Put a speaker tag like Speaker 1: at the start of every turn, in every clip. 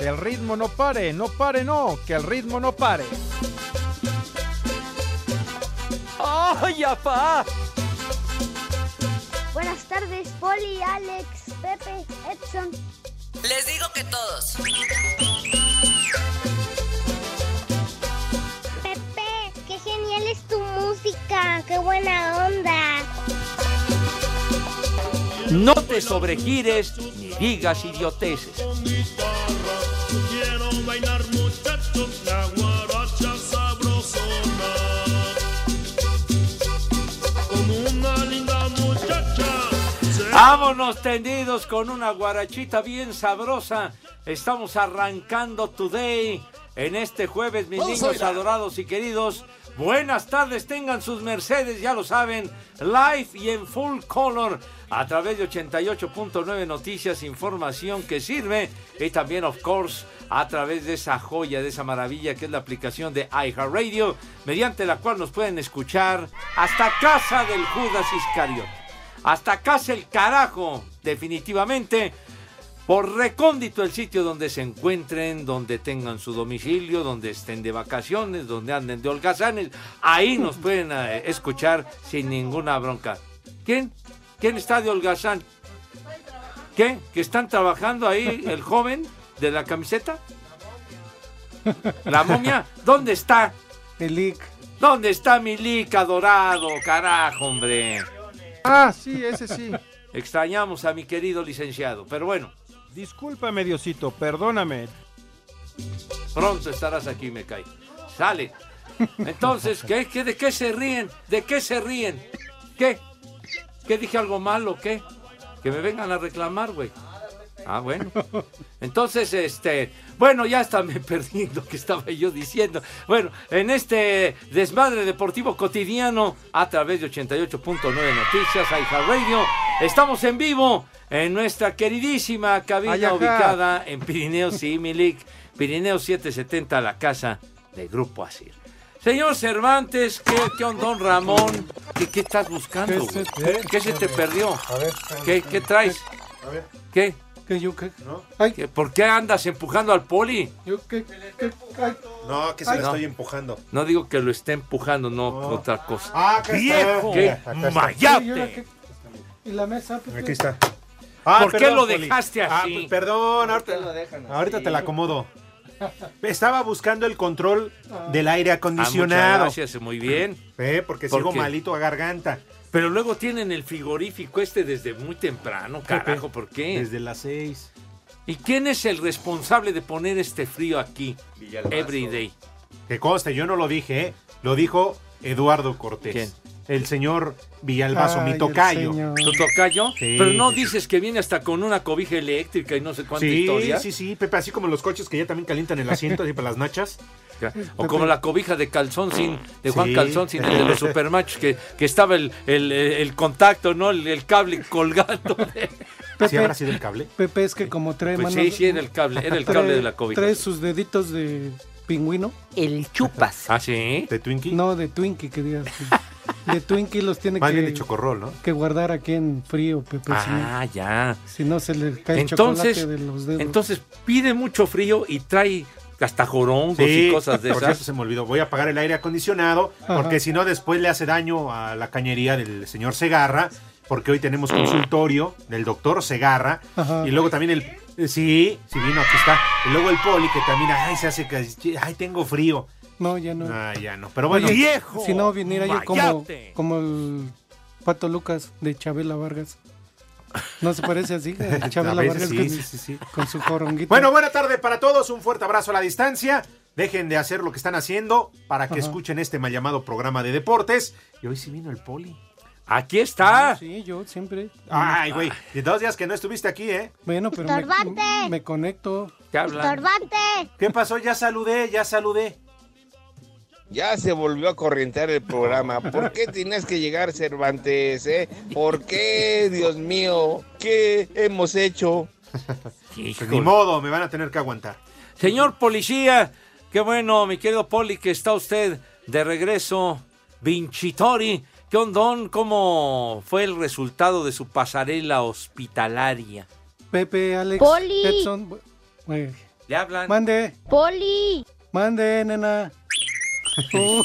Speaker 1: Que el ritmo no pare, no pare, no. Que el ritmo no pare. ¡Ay, apá!
Speaker 2: Buenas tardes, Poli, Alex, Pepe, Edson.
Speaker 3: Les digo que todos.
Speaker 2: Pepe, qué genial es tu música, qué buena onda.
Speaker 4: No te sobregires ni digas idioteces.
Speaker 5: Quiero bailar muchachos, la guaracha sabrosona. Como una linda muchacha. se-
Speaker 4: Vámonos tendidos con una guarachita bien sabrosa. Estamos arrancando today en este jueves, mis
Speaker 5: Vamos a
Speaker 4: niños
Speaker 5: bailar.
Speaker 4: adorados y queridos. Buenas tardes, tengan sus Mercedes, ya lo saben, live y en full color a través de 88.9 Noticias, información que sirve y también, of course, a través de esa joya, de esa maravilla que es la aplicación de iHeartRadio, mediante la cual nos pueden escuchar hasta casa del Judas Iscariot. Hasta casa el carajo, definitivamente. Por recóndito el sitio donde se encuentren, donde tengan su domicilio, donde estén de vacaciones, donde anden de holgazanes, ahí nos pueden eh, escuchar sin ninguna bronca. ¿Quién? ¿Quién está de holgazán? ¿Qué? ¿Que están trabajando ahí el joven de la camiseta? La momia. ¿Dónde está?
Speaker 1: Pelic.
Speaker 4: ¿Dónde está mi lica dorado? Carajo, hombre.
Speaker 1: Ah, sí, ese sí.
Speaker 4: Extrañamos a mi querido licenciado, pero bueno,
Speaker 1: Discúlpame, Diosito, perdóname.
Speaker 4: pronto estarás aquí, me cae. Sale. Entonces, ¿qué, qué, de qué se ríen? ¿De qué se ríen? ¿Qué? ¿Qué dije algo malo? ¿Qué? Que me vengan a reclamar, güey. Ah, bueno. Entonces, este, bueno, ya hasta me perdí lo que estaba yo diciendo. Bueno, en este desmadre deportivo cotidiano a través de 88.9 Noticias, iHeartRadio, estamos en vivo en nuestra queridísima cabina
Speaker 1: Ayajá.
Speaker 4: ubicada en Pirineo Similic, Pirineo 770, la casa de Grupo Asir. Señor Cervantes, ¿qué, qué on- don Ramón? ¿Qué, qué estás buscando?
Speaker 1: ¿Qué se
Speaker 4: güey?
Speaker 1: te-
Speaker 4: ¿Qué se te perdió?
Speaker 5: ver,
Speaker 4: ¿Qué, qué traes? ¿Qué?
Speaker 1: ¿Qué, yo qué? Ay,
Speaker 4: ¿Qué- ¿Por qué andas empujando al poli?
Speaker 1: yo qué. qué- ay.
Speaker 5: No, que se la
Speaker 4: No.
Speaker 5: estoy empujando.
Speaker 4: No digo que lo esté empujando, no, otra cosa.
Speaker 5: Ah, acá
Speaker 4: ¡Viejo!
Speaker 5: está. Mira, acá está.
Speaker 1: Y ahora qué-
Speaker 4: ¡Mayate! Ah,
Speaker 1: Y la mesa. pues,
Speaker 5: Aquí está. Ah,
Speaker 4: ¿Por qué lo
Speaker 5: Poli.
Speaker 4: dejaste
Speaker 5: Ah,
Speaker 4: así?
Speaker 5: pues perdón, ahorita, ahorita te la acomodo. Estaba buscando el control del aire
Speaker 4: Ah, muchas
Speaker 5: acondicionado.
Speaker 4: gracias, muy bien.
Speaker 5: Eh, porque
Speaker 4: ¿Por
Speaker 5: sigo
Speaker 4: qué?
Speaker 5: malito a garganta.
Speaker 4: Pero luego tienen el frigorífico este desde muy temprano, carajo, ¿por qué?
Speaker 5: Desde las 6.
Speaker 4: ¿Y quién es el responsable de poner este frío aquí? Every day.
Speaker 5: Que conste, yo no lo dije, ¿eh? Lo dijo Eduardo Cortés.
Speaker 4: ¿Quién?
Speaker 5: El señor Villalbazo,
Speaker 1: ay,
Speaker 5: mi
Speaker 1: el
Speaker 5: tocayo.
Speaker 1: señor.
Speaker 4: ¿Tu tocayo?
Speaker 5: Sí,
Speaker 4: Pero no
Speaker 5: sí, sí.
Speaker 4: dices que viene hasta con una cobija eléctrica y no sé cuánta
Speaker 5: Sí,
Speaker 4: historia.
Speaker 5: sí, sí, Pepe, así como los coches que ya también calientan el asiento así para las nachas.
Speaker 4: O como la cobija de calzón sin, de Juan
Speaker 5: Sí.
Speaker 4: Calzón sin el de los supermachos, que, que estaba el, el- el contacto, ¿no? El, el cable colgando. de-
Speaker 5: ¿Sí habrá sido el cable?
Speaker 1: Pepe es que como trae
Speaker 4: Pues
Speaker 1: manos.
Speaker 4: sí, sí, era el cable, era el cable
Speaker 1: trae-
Speaker 4: de la cobija.
Speaker 1: Trae sus deditos de pingüino.
Speaker 3: El chupas.
Speaker 4: ¿Ah, sí?
Speaker 5: ¿De Twinkie?
Speaker 1: No, de Twinkie, que digas. De Twinkie los tiene
Speaker 5: Más
Speaker 1: que,
Speaker 5: bien de Chocorrol, ¿no?
Speaker 1: que guardar aquí en frío, Pepe. si no-
Speaker 4: Ah, ya.
Speaker 1: Si no se le cae el
Speaker 4: Entonces,
Speaker 1: chocolate de los dedos.
Speaker 4: entonces pide mucho frío y trae hasta jorongos y cosas de
Speaker 5: por cierto,
Speaker 4: esas.
Speaker 5: se me olvidó. Voy a apagar el aire acondicionado porque
Speaker 1: Ajá.
Speaker 5: si no después le hace daño a la cañería del señor Segarra porque hoy tenemos consultorio del doctor Segarra
Speaker 1: Mm. Ajá.
Speaker 5: y luego también el Eh, Sí, sí vino, aquí está. Y luego el poli que también, ay, se hace casi, ay, tengo frío.
Speaker 1: No, ya no.
Speaker 5: Ah, ya no, pero bueno.
Speaker 1: Oye,
Speaker 4: viejo,
Speaker 1: Si no, viniera yo como,
Speaker 4: ¡Cállate!
Speaker 1: como el Pato Lucas de Chabela Vargas. ¿No se parece así?
Speaker 5: A
Speaker 1: Chabela
Speaker 5: veces
Speaker 1: Vargas
Speaker 5: sí,
Speaker 1: con,
Speaker 5: sí, sí, sí.
Speaker 1: con su joronguito.
Speaker 5: Bueno, buena tarde para todos, un fuerte abrazo a la distancia. Dejen de hacer lo que están haciendo para que
Speaker 1: Ajá.
Speaker 5: escuchen este mal llamado programa de deportes. Y hoy sí vino el poli.
Speaker 4: Aquí está.
Speaker 1: Sí, yo siempre.
Speaker 5: Ay, güey, de dos días que no estuviste aquí, ¿eh?
Speaker 1: Bueno, pero me,
Speaker 2: Estorbante.
Speaker 1: me conecto.
Speaker 4: Te hablan.
Speaker 2: ¡Estorbante!
Speaker 5: ¿Qué pasó? Ya saludé, ya saludé.
Speaker 6: Ya se volvió a corrientar el programa. ¿Por qué tienes que llegar, Cervantes? eh? ¿Por qué, Dios mío? ¿Qué hemos hecho?
Speaker 5: Pues
Speaker 4: Híjole.
Speaker 5: ni modo, me van a tener que aguantar.
Speaker 4: Señor policía, qué bueno, mi querido Poli, que está usted de regreso. Vincitori, ¿qué ondón? ¿Cómo fue el resultado de su pasarela hospitalaria?
Speaker 1: Pepe, Alex,
Speaker 2: Poli.
Speaker 1: Edson. bu- eh,
Speaker 4: ¿Le hablan?
Speaker 1: mande,
Speaker 2: ¡Poli!
Speaker 1: mande, nena. Uh,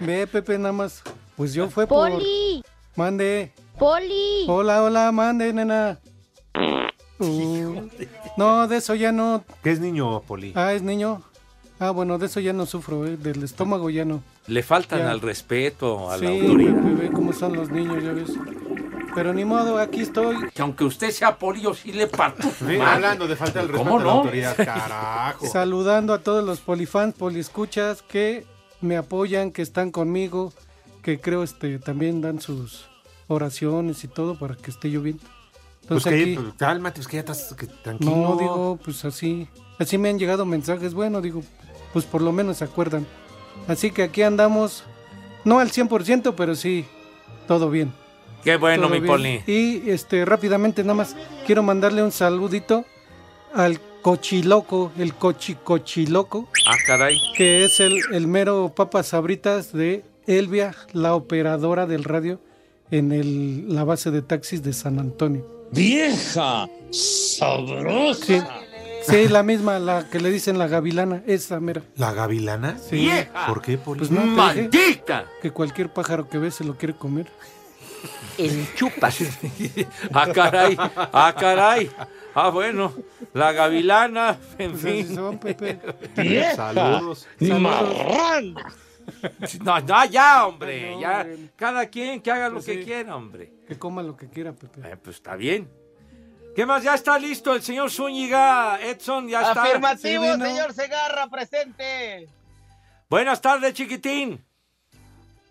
Speaker 1: Ve, Pepe, nada más. Pues yo fue por.
Speaker 2: ¡Poli!
Speaker 1: Mande.
Speaker 2: ¡Poli!
Speaker 1: Hola, hola, mande, nena. Uh, no, de eso ya no.
Speaker 5: ¿Qué es niño, poli?
Speaker 1: Ah, es niño. Ah, bueno, de eso ya no sufro, eh, del estómago ya no.
Speaker 4: Le faltan
Speaker 1: Ya.
Speaker 4: al respeto, a
Speaker 1: sí,
Speaker 4: la autoridad.
Speaker 1: Pepe, ve cómo son los niños, ya ves. Pero ni modo, aquí estoy.
Speaker 4: Que aunque usted sea poli, yo sí le parto. su
Speaker 5: Sí,
Speaker 4: madre.
Speaker 5: hablando de falta del respeto
Speaker 4: ¿Cómo
Speaker 5: a la
Speaker 4: no?
Speaker 5: autoridad, carajo.
Speaker 1: Saludando a todos los polifans, poliescuchas que me apoyan, que están conmigo, que creo este también dan sus oraciones y todo para que esté yo bien.
Speaker 5: Pues
Speaker 1: Entonces
Speaker 5: que,
Speaker 1: aquí,
Speaker 5: pues, cálmate, pues que ya estás que- tranquilo.
Speaker 1: no, digo, pues así, así me han llegado mensajes, bueno, digo, pues por lo menos se acuerdan. Así que aquí andamos, no al 100%, pero sí, todo bien.
Speaker 4: Qué bueno,
Speaker 1: Todo
Speaker 4: mi
Speaker 1: bien.
Speaker 4: poli.
Speaker 1: Y este, rápidamente, nada más, quiero mandarle un saludito al cochiloco, el cochicochiloco,
Speaker 4: Ah, caray.
Speaker 1: que es el, el mero papas sabritas de Elvia, la operadora del radio en el- la base de taxis de San Antonio.
Speaker 7: vieja, sabrosa.
Speaker 1: Sí,
Speaker 4: Ah.
Speaker 1: sí, la misma, la que le dicen la gavilana, esa mera.
Speaker 5: ¿La gavilana?
Speaker 1: Sí.
Speaker 5: ¿Por qué, poli?
Speaker 1: Pues no, te dije
Speaker 4: ¡Maldita!
Speaker 1: que cualquier pájaro que ve se lo quiere comer.
Speaker 3: El chupas.
Speaker 4: Ah, caray. Ah, caray. Ah, bueno. La gavilana, en
Speaker 1: Pues así
Speaker 4: fin.
Speaker 1: son, Pepe.
Speaker 5: Saludos.
Speaker 7: marrana.
Speaker 4: No, no, ya, hombre.
Speaker 1: Ay, no,
Speaker 4: Ya.
Speaker 1: hombre.
Speaker 4: Cada quien que haga lo
Speaker 1: Pues
Speaker 4: que
Speaker 1: sí.
Speaker 4: quiera, hombre.
Speaker 1: Que coma lo que quiera, Pepe.
Speaker 4: Eh, pues está bien. ¿Qué más? Ya está listo el señor Zúñiga. Edson, ya está.
Speaker 1: Sí, vino.
Speaker 7: Segarra, presente.
Speaker 4: Buenas tardes, chiquitín.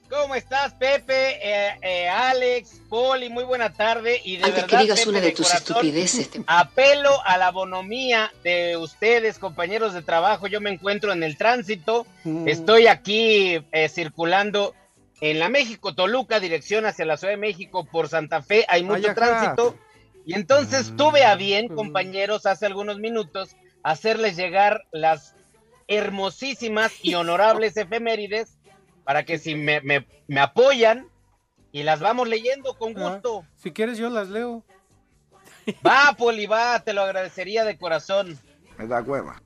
Speaker 7: ¿Cómo estás, Pepe? Eh, eh, Alex, Poli, muy buena tarde. Y de
Speaker 3: Antes
Speaker 7: verdad,
Speaker 3: que digas
Speaker 7: Pepe,
Speaker 3: una de tus
Speaker 7: corazón,
Speaker 3: estupideces. te-
Speaker 7: Apelo a la bonomía de ustedes, compañeros de trabajo. Yo me encuentro en el tránsito.
Speaker 1: Mm.
Speaker 7: Estoy aquí eh, circulando en la México Toluca, dirección hacia la Ciudad de México por Santa Fe. Hay mucho
Speaker 1: Ay, ajá.
Speaker 7: tránsito. Y entonces
Speaker 5: Mm.
Speaker 7: tuve a bien,
Speaker 1: Mm.
Speaker 7: compañeros, hace algunos minutos, hacerles llegar las hermosísimas y honorables efemérides para que si me, me- me apoyan y las vamos leyendo con
Speaker 1: Ah,
Speaker 7: gusto.
Speaker 1: Si quieres, yo las leo.
Speaker 7: Va, Poli, va, te lo agradecería de corazón.
Speaker 6: Me da hueva.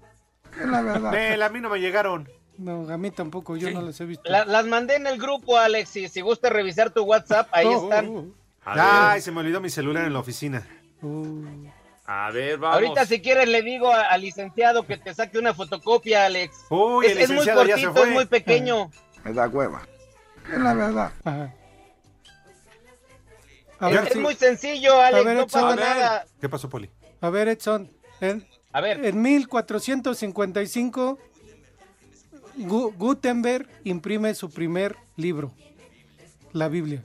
Speaker 1: Es la verdad.
Speaker 5: Nel, a mí no me llegaron.
Speaker 1: No, a mí tampoco, yo
Speaker 4: Sí.
Speaker 1: no las he visto.
Speaker 7: La- las mandé en el grupo, Alex, y si gusta revisar tu WhatsApp, ahí
Speaker 1: Oh,
Speaker 7: están.
Speaker 1: oh,
Speaker 5: Ay, se me olvidó mi celular en la oficina.
Speaker 1: oh.
Speaker 4: A ver, vamos.
Speaker 7: Ahorita si quieres le digo a- al licenciado que te saque una fotocopia, Alex.
Speaker 5: Uy,
Speaker 7: es,
Speaker 5: el
Speaker 7: es muy
Speaker 5: licenciado ya se
Speaker 7: cortito,
Speaker 5: fue.
Speaker 7: es muy pequeño.
Speaker 6: Me da hueva. Es la verdad.
Speaker 1: Ajá. A,
Speaker 7: Es,
Speaker 1: ver,
Speaker 7: es
Speaker 1: sí.
Speaker 7: muy sencillo, Alex,
Speaker 1: ver,
Speaker 7: no
Speaker 1: Edson.
Speaker 7: pasa
Speaker 4: A ver.
Speaker 7: nada.
Speaker 5: ¿Qué pasó, Poli?
Speaker 1: A ver, Edson, en,
Speaker 7: A ver,
Speaker 1: en 1455 Gu- Gutenberg imprime su primer libro, la Biblia.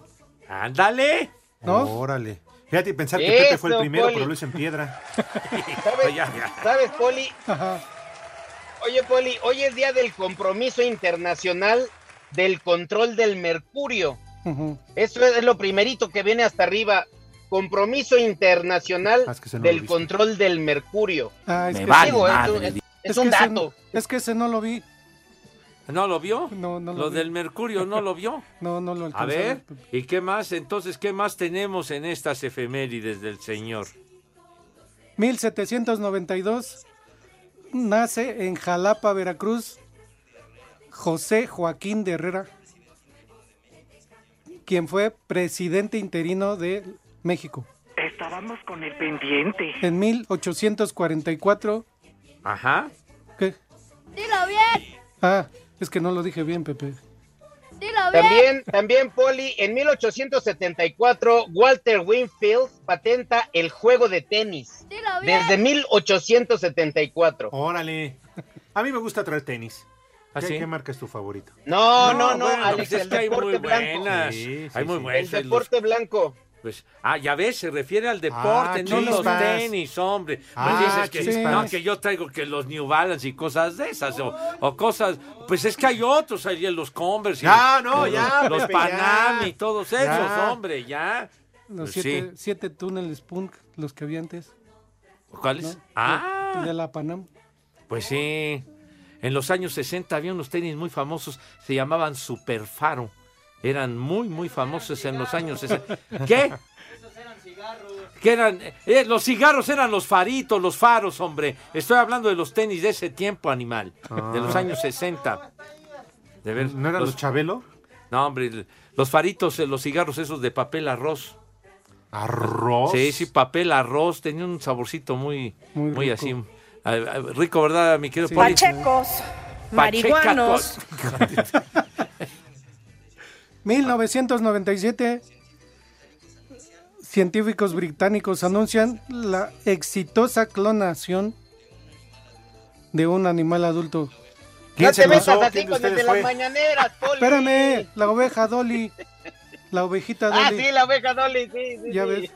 Speaker 4: Ándale.
Speaker 1: ¿No?
Speaker 5: Órale. Fíjate, y pensar que Pepe fue el
Speaker 7: Eso,
Speaker 5: primero,
Speaker 7: Poli.
Speaker 5: pero lo hizo en piedra.
Speaker 7: ¿sabes,
Speaker 4: Ya, ya.
Speaker 7: ¿sabes, Poli?
Speaker 1: Ajá.
Speaker 7: Oye, Poli, hoy es día del compromiso internacional del control del mercurio.
Speaker 1: ujú.
Speaker 7: Eso es lo primerito que viene hasta arriba. Compromiso internacional
Speaker 5: Ah, es que ese no lo
Speaker 7: del
Speaker 5: viste.
Speaker 7: control del mercurio.
Speaker 1: Ah, es
Speaker 4: Me
Speaker 1: que
Speaker 4: vale
Speaker 1: sí.
Speaker 7: Digo, es,
Speaker 4: madre,
Speaker 7: es-
Speaker 4: di-
Speaker 7: es
Speaker 1: Es
Speaker 7: un
Speaker 1: que ese no-
Speaker 7: dato.
Speaker 1: es que ese no lo vi.
Speaker 4: ¿No lo vio?
Speaker 1: No, no lo
Speaker 4: Lo
Speaker 1: vi.
Speaker 4: del Mercurio, ¿no lo vio?
Speaker 1: No, no lo
Speaker 4: A
Speaker 1: alcancé.
Speaker 4: ver, ¿y qué más? Entonces, ¿qué más tenemos en estas efemérides del señor?
Speaker 1: 1792 nace en Jalapa, Veracruz, José Joaquín de Herrera, quien fue presidente interino de México.
Speaker 7: Está
Speaker 8: Vamos con el pendiente.
Speaker 1: En 1844.
Speaker 4: Ajá.
Speaker 1: ¿Qué?
Speaker 2: Dilo bien,
Speaker 1: Ah, es que no lo dije bien, Pepe.
Speaker 2: dilo bien.
Speaker 7: También, también, Poli, en 1874, Walter Winfield patenta el juego de tenis.
Speaker 2: Dilo bien.
Speaker 7: Desde 1874.
Speaker 5: Órale. A mí me gusta traer tenis.
Speaker 4: ¿Ah,
Speaker 5: ¿Qué,
Speaker 4: sí?
Speaker 5: qué marca es tu favorito?
Speaker 7: No, no, no,
Speaker 4: bueno,
Speaker 7: Alex,
Speaker 4: pues es
Speaker 7: el
Speaker 4: que hay
Speaker 7: deporte
Speaker 4: muy
Speaker 7: blanco.
Speaker 4: buenas.
Speaker 5: Sí, sí,
Speaker 4: hay muy
Speaker 5: sí.
Speaker 7: El
Speaker 4: buenas.
Speaker 7: deporte blanco.
Speaker 4: Pues, ah, ya ves, se refiere al deporte,
Speaker 5: Ah,
Speaker 4: no los
Speaker 5: chispas.
Speaker 4: tenis, hombre. Pues
Speaker 5: Ah,
Speaker 4: dices que,
Speaker 5: chispas.
Speaker 4: no, que yo traigo que los New Balance y cosas de esas, o, o cosas, pues es que hay otros, hay los Converse. y
Speaker 5: Ya, no,
Speaker 4: los-
Speaker 5: ya,
Speaker 4: Los
Speaker 5: Pepe,
Speaker 4: Panam
Speaker 5: ya.
Speaker 4: y todos esos,
Speaker 5: Ya.
Speaker 4: hombre, ya.
Speaker 1: Los
Speaker 4: Pues
Speaker 1: siete, siete túneles punk, los que había antes.
Speaker 4: sí. ¿Cuáles?
Speaker 1: ¿no?
Speaker 4: Ah,
Speaker 1: De la Panam.
Speaker 4: pues sí. En los años 60 había unos tenis muy famosos, se llamaban Superfaro. Eran muy, muy famosos en los años 60. ¿Qué? Que eran, eh, los cigarros eran los faritos, los faros, hombre. Estoy hablando de los tenis de ese tiempo, animal. De los años 60. De ver,
Speaker 5: Ah. ¿No eran los, Chabelo?
Speaker 4: No, hombre, los faritos, eh, los cigarros esos de papel arroz.
Speaker 5: Arroz.
Speaker 4: Sí, sí, papel arroz. Tenía un saborcito muy, muy,
Speaker 1: Muy rico.
Speaker 4: así. ah, ah, Rico, ¿verdad, mi querido Poli?
Speaker 9: Pachecos,
Speaker 4: Pacheca-
Speaker 9: marihuanos.
Speaker 1: 1997. Científicos británicos anuncian la exitosa clonación de un animal adulto.
Speaker 7: No te metas
Speaker 5: cruzó?
Speaker 7: así
Speaker 5: ¿Quién de
Speaker 7: con el de
Speaker 5: ustedes
Speaker 7: las
Speaker 5: fue?
Speaker 7: mañaneras, Poli.
Speaker 1: Espérame, la oveja Dolly. La ovejita Dolly.
Speaker 7: Ah, sí, la oveja Dolly, sí, sí.
Speaker 1: Ya
Speaker 7: sí.
Speaker 1: ves.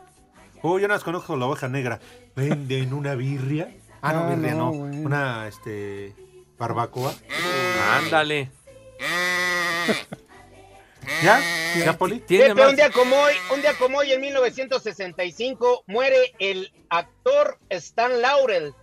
Speaker 5: Oh, yo no las conozco, la oveja negra. ¿Venden una birria? Ah, no,
Speaker 1: Ah,
Speaker 5: birria
Speaker 1: no,
Speaker 5: no.
Speaker 1: güey.
Speaker 5: Una, este, barbacoa.
Speaker 4: Ándale.
Speaker 5: ¿Ya? ¿Ya, Poli?
Speaker 4: Tiene
Speaker 7: Pepe,
Speaker 4: más-
Speaker 7: un día como hoy, un día como hoy en 1965 muere el actor Stan Laurel,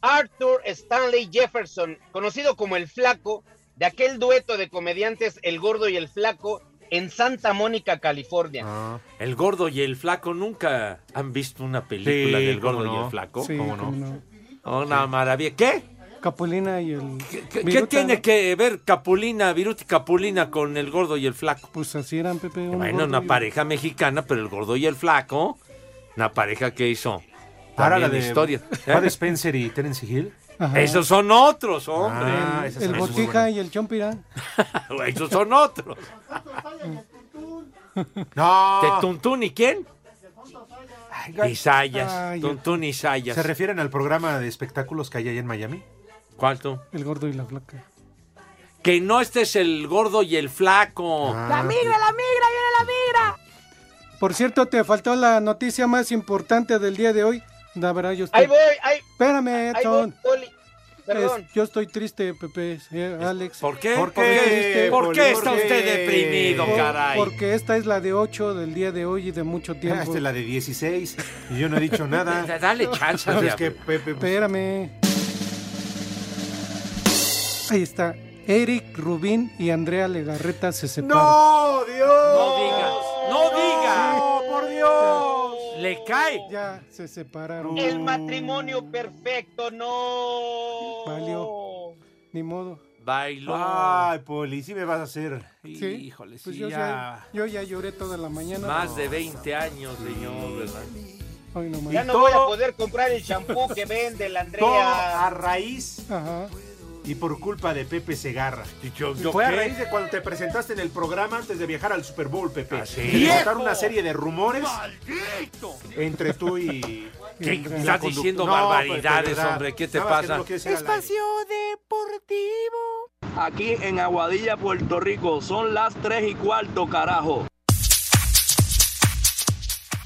Speaker 7: Arthur Stanley Jefferson, conocido como el Flaco, de aquel dueto de comediantes El Gordo y el Flaco en Santa Mónica, California.
Speaker 5: Ah,
Speaker 4: El gordo y el flaco nunca han visto una película
Speaker 5: Sí,
Speaker 4: del gordo
Speaker 5: cómo
Speaker 4: y
Speaker 5: no.
Speaker 4: el flaco. Oh,
Speaker 1: Sí,
Speaker 5: ¿Cómo no?
Speaker 1: cómo no.
Speaker 4: Una maravilla. ¿Qué?
Speaker 1: Capulina y el.
Speaker 4: ¿Qué- ¿Qué,
Speaker 1: Viruta,
Speaker 4: tiene
Speaker 1: ¿no?
Speaker 4: que ver Capulina, Viruti Capulina con el gordo y el flaco?
Speaker 1: Pues así eran, Pepe. un
Speaker 4: Bueno,
Speaker 1: gordo
Speaker 4: una
Speaker 1: y-
Speaker 4: pareja mexicana, pero el gordo y el flaco, una pareja que hizo
Speaker 5: Ahora la
Speaker 4: también
Speaker 5: de
Speaker 4: historia.
Speaker 5: Bud Spencer y Terence Hill.
Speaker 1: Ajá.
Speaker 4: Esos son otros, oh, hombre.
Speaker 5: Ah, esa
Speaker 1: El
Speaker 5: es muy
Speaker 1: botija y el chompira.
Speaker 4: Esos son otros.
Speaker 5: buena. No.
Speaker 4: ¿De Tuntún y quién?
Speaker 1: Ay,
Speaker 4: Isayas.
Speaker 1: ya.
Speaker 4: Tuntún y Isayas.
Speaker 5: ¿Se refieren al programa de espectáculos que hay allá en Miami?
Speaker 4: ¿Cuál tú?
Speaker 1: El gordo y la flaca.
Speaker 4: Que no estés el gordo y el flaco.
Speaker 5: Ah,
Speaker 9: la migra, viene la migra.
Speaker 1: Por cierto, te faltó la noticia más importante del día de hoy. La verdad, yo estoy.
Speaker 7: Ahí voy, ahí,
Speaker 1: Espérame,
Speaker 7: ahí voy,
Speaker 1: Edson.
Speaker 7: Poli. Perdón.
Speaker 1: Es- yo estoy triste, Pepe, eh, Alex.
Speaker 4: ¿Por qué?
Speaker 5: ¿Por
Speaker 1: qué,
Speaker 4: ¿Por
Speaker 5: Poli?
Speaker 4: qué está
Speaker 5: ¿Por qué?
Speaker 4: usted deprimido,
Speaker 1: Por-
Speaker 4: caray?
Speaker 1: Porque esta es la de 8 del día de hoy y de mucho tiempo.
Speaker 5: esta es Ah, este la de 16 y yo no he dicho nada.
Speaker 4: Dale chance.
Speaker 5: Pues
Speaker 4: hombre.
Speaker 5: es que Pepe... pues,
Speaker 1: Espérame. Ahí está. Eric Rubín y Andrea Legarreta se separan.
Speaker 5: ¡No, Dios!
Speaker 4: No digas, no digas.
Speaker 5: ¡No, por Dios!
Speaker 4: Le cae.
Speaker 1: Ya se separaron.
Speaker 7: El matrimonio perfecto, no.
Speaker 1: Valió. Ni modo.
Speaker 4: Bailó.
Speaker 5: Ay, Poli, sí me vas a hacer.
Speaker 1: Sí.
Speaker 4: Híjole,
Speaker 1: Pues
Speaker 4: sí,
Speaker 1: yo,
Speaker 4: ya.
Speaker 1: ya, yo ya lloré toda la mañana.
Speaker 4: Más de 20 años, señor, ¿verdad?
Speaker 1: Ay, no
Speaker 7: Ya
Speaker 1: mames.
Speaker 7: no
Speaker 5: todo-
Speaker 7: voy a poder comprar el champú que vende la
Speaker 5: Todo
Speaker 7: Andrea.
Speaker 5: a raíz
Speaker 1: Ajá.
Speaker 5: y por culpa de Pepe Segarra.
Speaker 4: Yo, yo
Speaker 5: Fue a
Speaker 4: qué.
Speaker 5: raíz de cuando te presentaste en el programa antes de viajar al Super Bowl, Pepe.
Speaker 4: Ah, sí.
Speaker 5: Y de contar
Speaker 4: ¡Viejo!
Speaker 5: una serie de rumores entre tú y.
Speaker 4: ¿Qué?
Speaker 1: Andrea.
Speaker 4: Estás
Speaker 5: conductora.
Speaker 4: diciendo
Speaker 5: No, Pepe, de
Speaker 4: barbaridades,
Speaker 5: verdad.
Speaker 4: hombre. ¿Qué te
Speaker 5: Nada más que
Speaker 4: pasa?
Speaker 5: no lo quieres decir al
Speaker 9: Deportivo.
Speaker 8: Aquí en Aguadilla, Puerto Rico, son las 3 y cuarto, carajo.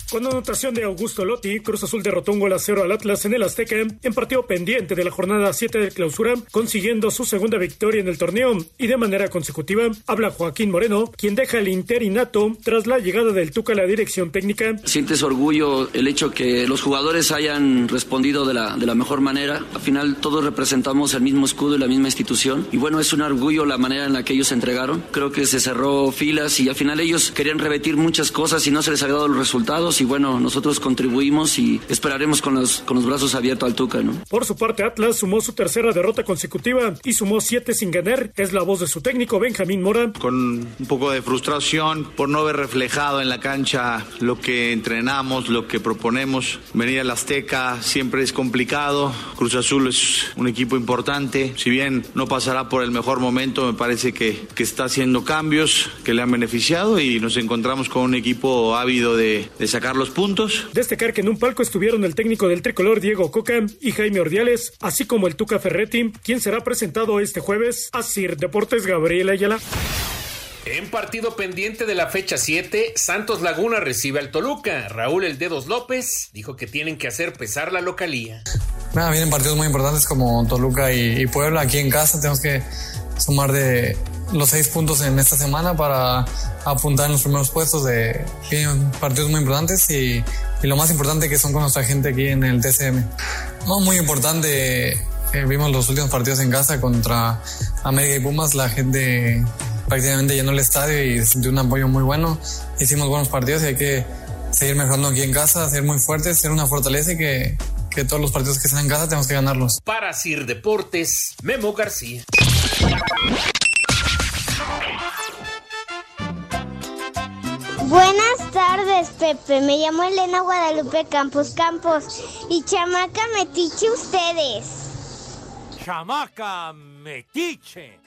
Speaker 10: Con anotación de Augusto Lotti, Cruz Azul derrotó un gol a cero al Atlas en el Azteca en partido pendiente de la jornada 7 del clausura, consiguiendo su segunda victoria en el torneo. Y de manera consecutiva, habla Joaquín Moreno, quien deja el interinato tras la llegada del Tuca a la dirección técnica.
Speaker 8: Sientes orgullo el hecho que los jugadores hayan respondido de la, de la mejor manera. Al final todos representamos el mismo escudo y la misma institución. Y bueno, es un orgullo la manera en la que ellos se entregaron. Creo que se cerró filas y al final ellos querían repetir muchas cosas y no se les ha dado los resultados. y bueno, nosotros contribuimos y esperaremos con los, con los brazos abiertos al Tuca, ¿no?
Speaker 10: Por su parte, Atlas sumó su tercera derrota consecutiva y sumó siete sin ganar. Es la voz de su técnico Benjamín Mora.
Speaker 11: Con un poco de frustración por no ver reflejado en la cancha lo que entrenamos, lo que proponemos. Venir al Azteca siempre es complicado. Cruz Azul es un equipo importante. Si bien no pasará por el mejor momento, me parece que, que está haciendo cambios que le han beneficiado y nos encontramos con un equipo ávido de, de sacar los puntos.
Speaker 10: Destacar que en un palco estuvieron el técnico del tricolor Diego Coca y Jaime Ordiales, así como el Tuca Ferretti, quien será presentado este jueves a Sir Deportes Gabriel Ayala.
Speaker 5: En partido pendiente de la fecha 7, Santos Laguna recibe al Toluca. Raúl El Dedos López dijo que tienen que hacer pesar la localía.
Speaker 12: Nada, vienen partidos muy importantes como Toluca y, y Puebla aquí en casa. Tenemos que sumar de los seis puntos en esta semana para apuntar en los primeros puestos de vienen partidos muy importantes y, y lo más importante que son con nuestra gente aquí en el TCM. No, muy importante. eh, vimos los últimos partidos en casa contra América y Pumas. La gente prácticamente llenó el estadio y sintió un apoyo muy bueno. Hicimos buenos partidos y hay que seguir mejorando aquí en casa, ser muy fuertes, ser una fortaleza y que, que todos los partidos que están en casa tenemos que ganarlos.
Speaker 5: Para Sir Deportes, Memo García.
Speaker 2: Buenas tardes, Pepe. Me llamo Elena Guadalupe Campos Campos y chamaca metiche ustedes.
Speaker 4: Chamaca metiche.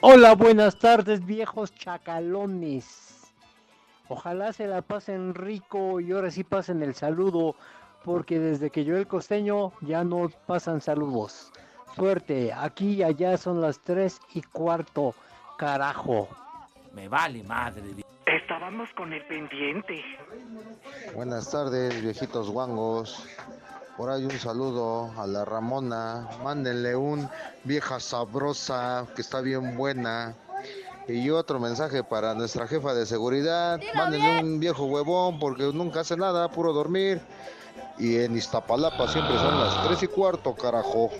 Speaker 13: Hola, buenas tardes, viejos chacalones. Ojalá se la pasen rico y ahora sí pasen el saludo, porque desde que yo el costeño ya no pasan saludos. Suerte, aquí y allá son las 3 y cuarto. Carajo.
Speaker 4: Me vale madre.
Speaker 14: Estábamos con el pendiente.
Speaker 15: Buenas tardes, viejitos guangos. Por ahí un saludo a la Ramona. Mándenle un vieja sabrosa que está bien buena. Y otro mensaje para nuestra jefa de seguridad. Mándenle un viejo huevón porque nunca hace nada, puro dormir. Y en Iztapalapa siempre son las tres y cuarto, carajo.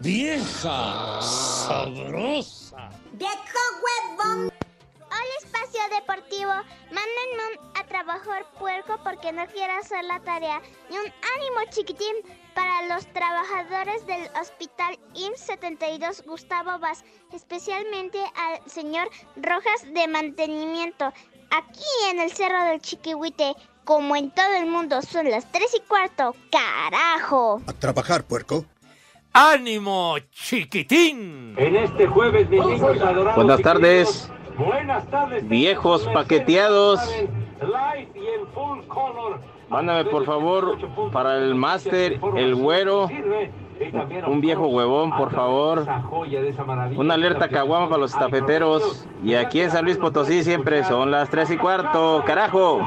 Speaker 14: Vieja sabrosa.
Speaker 2: ¡Viejo huevón! Hola, Espacio Deportivo. Mándenme un a trabajar puerco porque no quiero hacer la tarea. Y un ánimo chiquitín para los trabajadores del Hospital IMSS 72 Gustavo Vaz, especialmente al señor Rojas de Mantenimiento. Aquí en el Cerro del Chiquihuite, como en todo el mundo, son las 3 y cuarto. ¡Carajo!
Speaker 16: A trabajar, puerco.
Speaker 4: ¡Ánimo, chiquitín! En este jueves, mis hijos adorados.
Speaker 17: Buenas tardes,
Speaker 4: Buenas tardes.
Speaker 17: viejos paqueteados.
Speaker 4: Live y en full color.
Speaker 17: Mándame por favor para el máster, el güero, un viejo huevón, por favor. Una alerta caguama para los tafeteros. Y aquí en San Luis Potosí siempre son las tres y cuarto, carajo.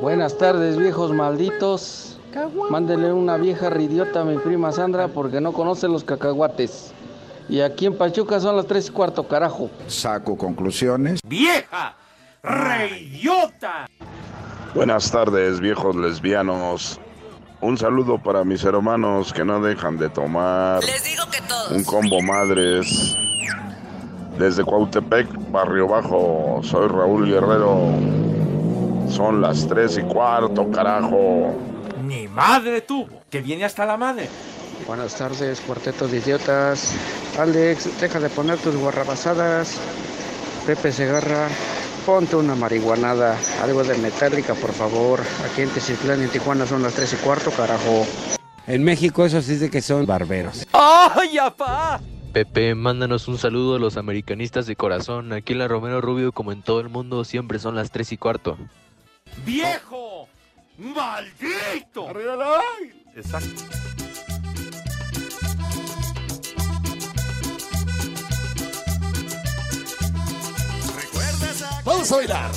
Speaker 7: Buenas tardes, viejos malditos. Mándenle una vieja ridiota a mi prima Sandra porque no conoce los cacahuates. Y aquí en Pachuca son las tres y cuarto, carajo.
Speaker 18: Saco conclusiones.
Speaker 4: ¡Vieja! ¡Reyota!
Speaker 19: Buenas tardes, viejos lesbianos. Un saludo para mis hermanos que no dejan de tomar.
Speaker 14: Les digo que todos.
Speaker 19: Un combo madres. Desde Cuautepec, Barrio Bajo, soy Raúl Guerrero. Son las tres y cuarto, carajo.
Speaker 4: Mi madre tuvo, que viene hasta la madre.
Speaker 7: Buenas tardes, cuarteto de idiotas. Alex, deja de poner tus guarrabasadas. Pepe Segarra, ponte una marihuanada, algo de metálica, por favor. Aquí en Tecitlán, en Tijuana, son las 3 y cuarto, carajo.
Speaker 20: En México eso sí de que son barberos.
Speaker 4: ¡Ay, apá!
Speaker 21: Pepe, mándanos un saludo a los americanistas de corazón. Aquí en la Romero Rubio, como en todo el mundo, siempre son las tres y cuarto.
Speaker 4: ¡Viejo! ¡Maldito!
Speaker 20: Exacto.
Speaker 22: Vamos a bailar.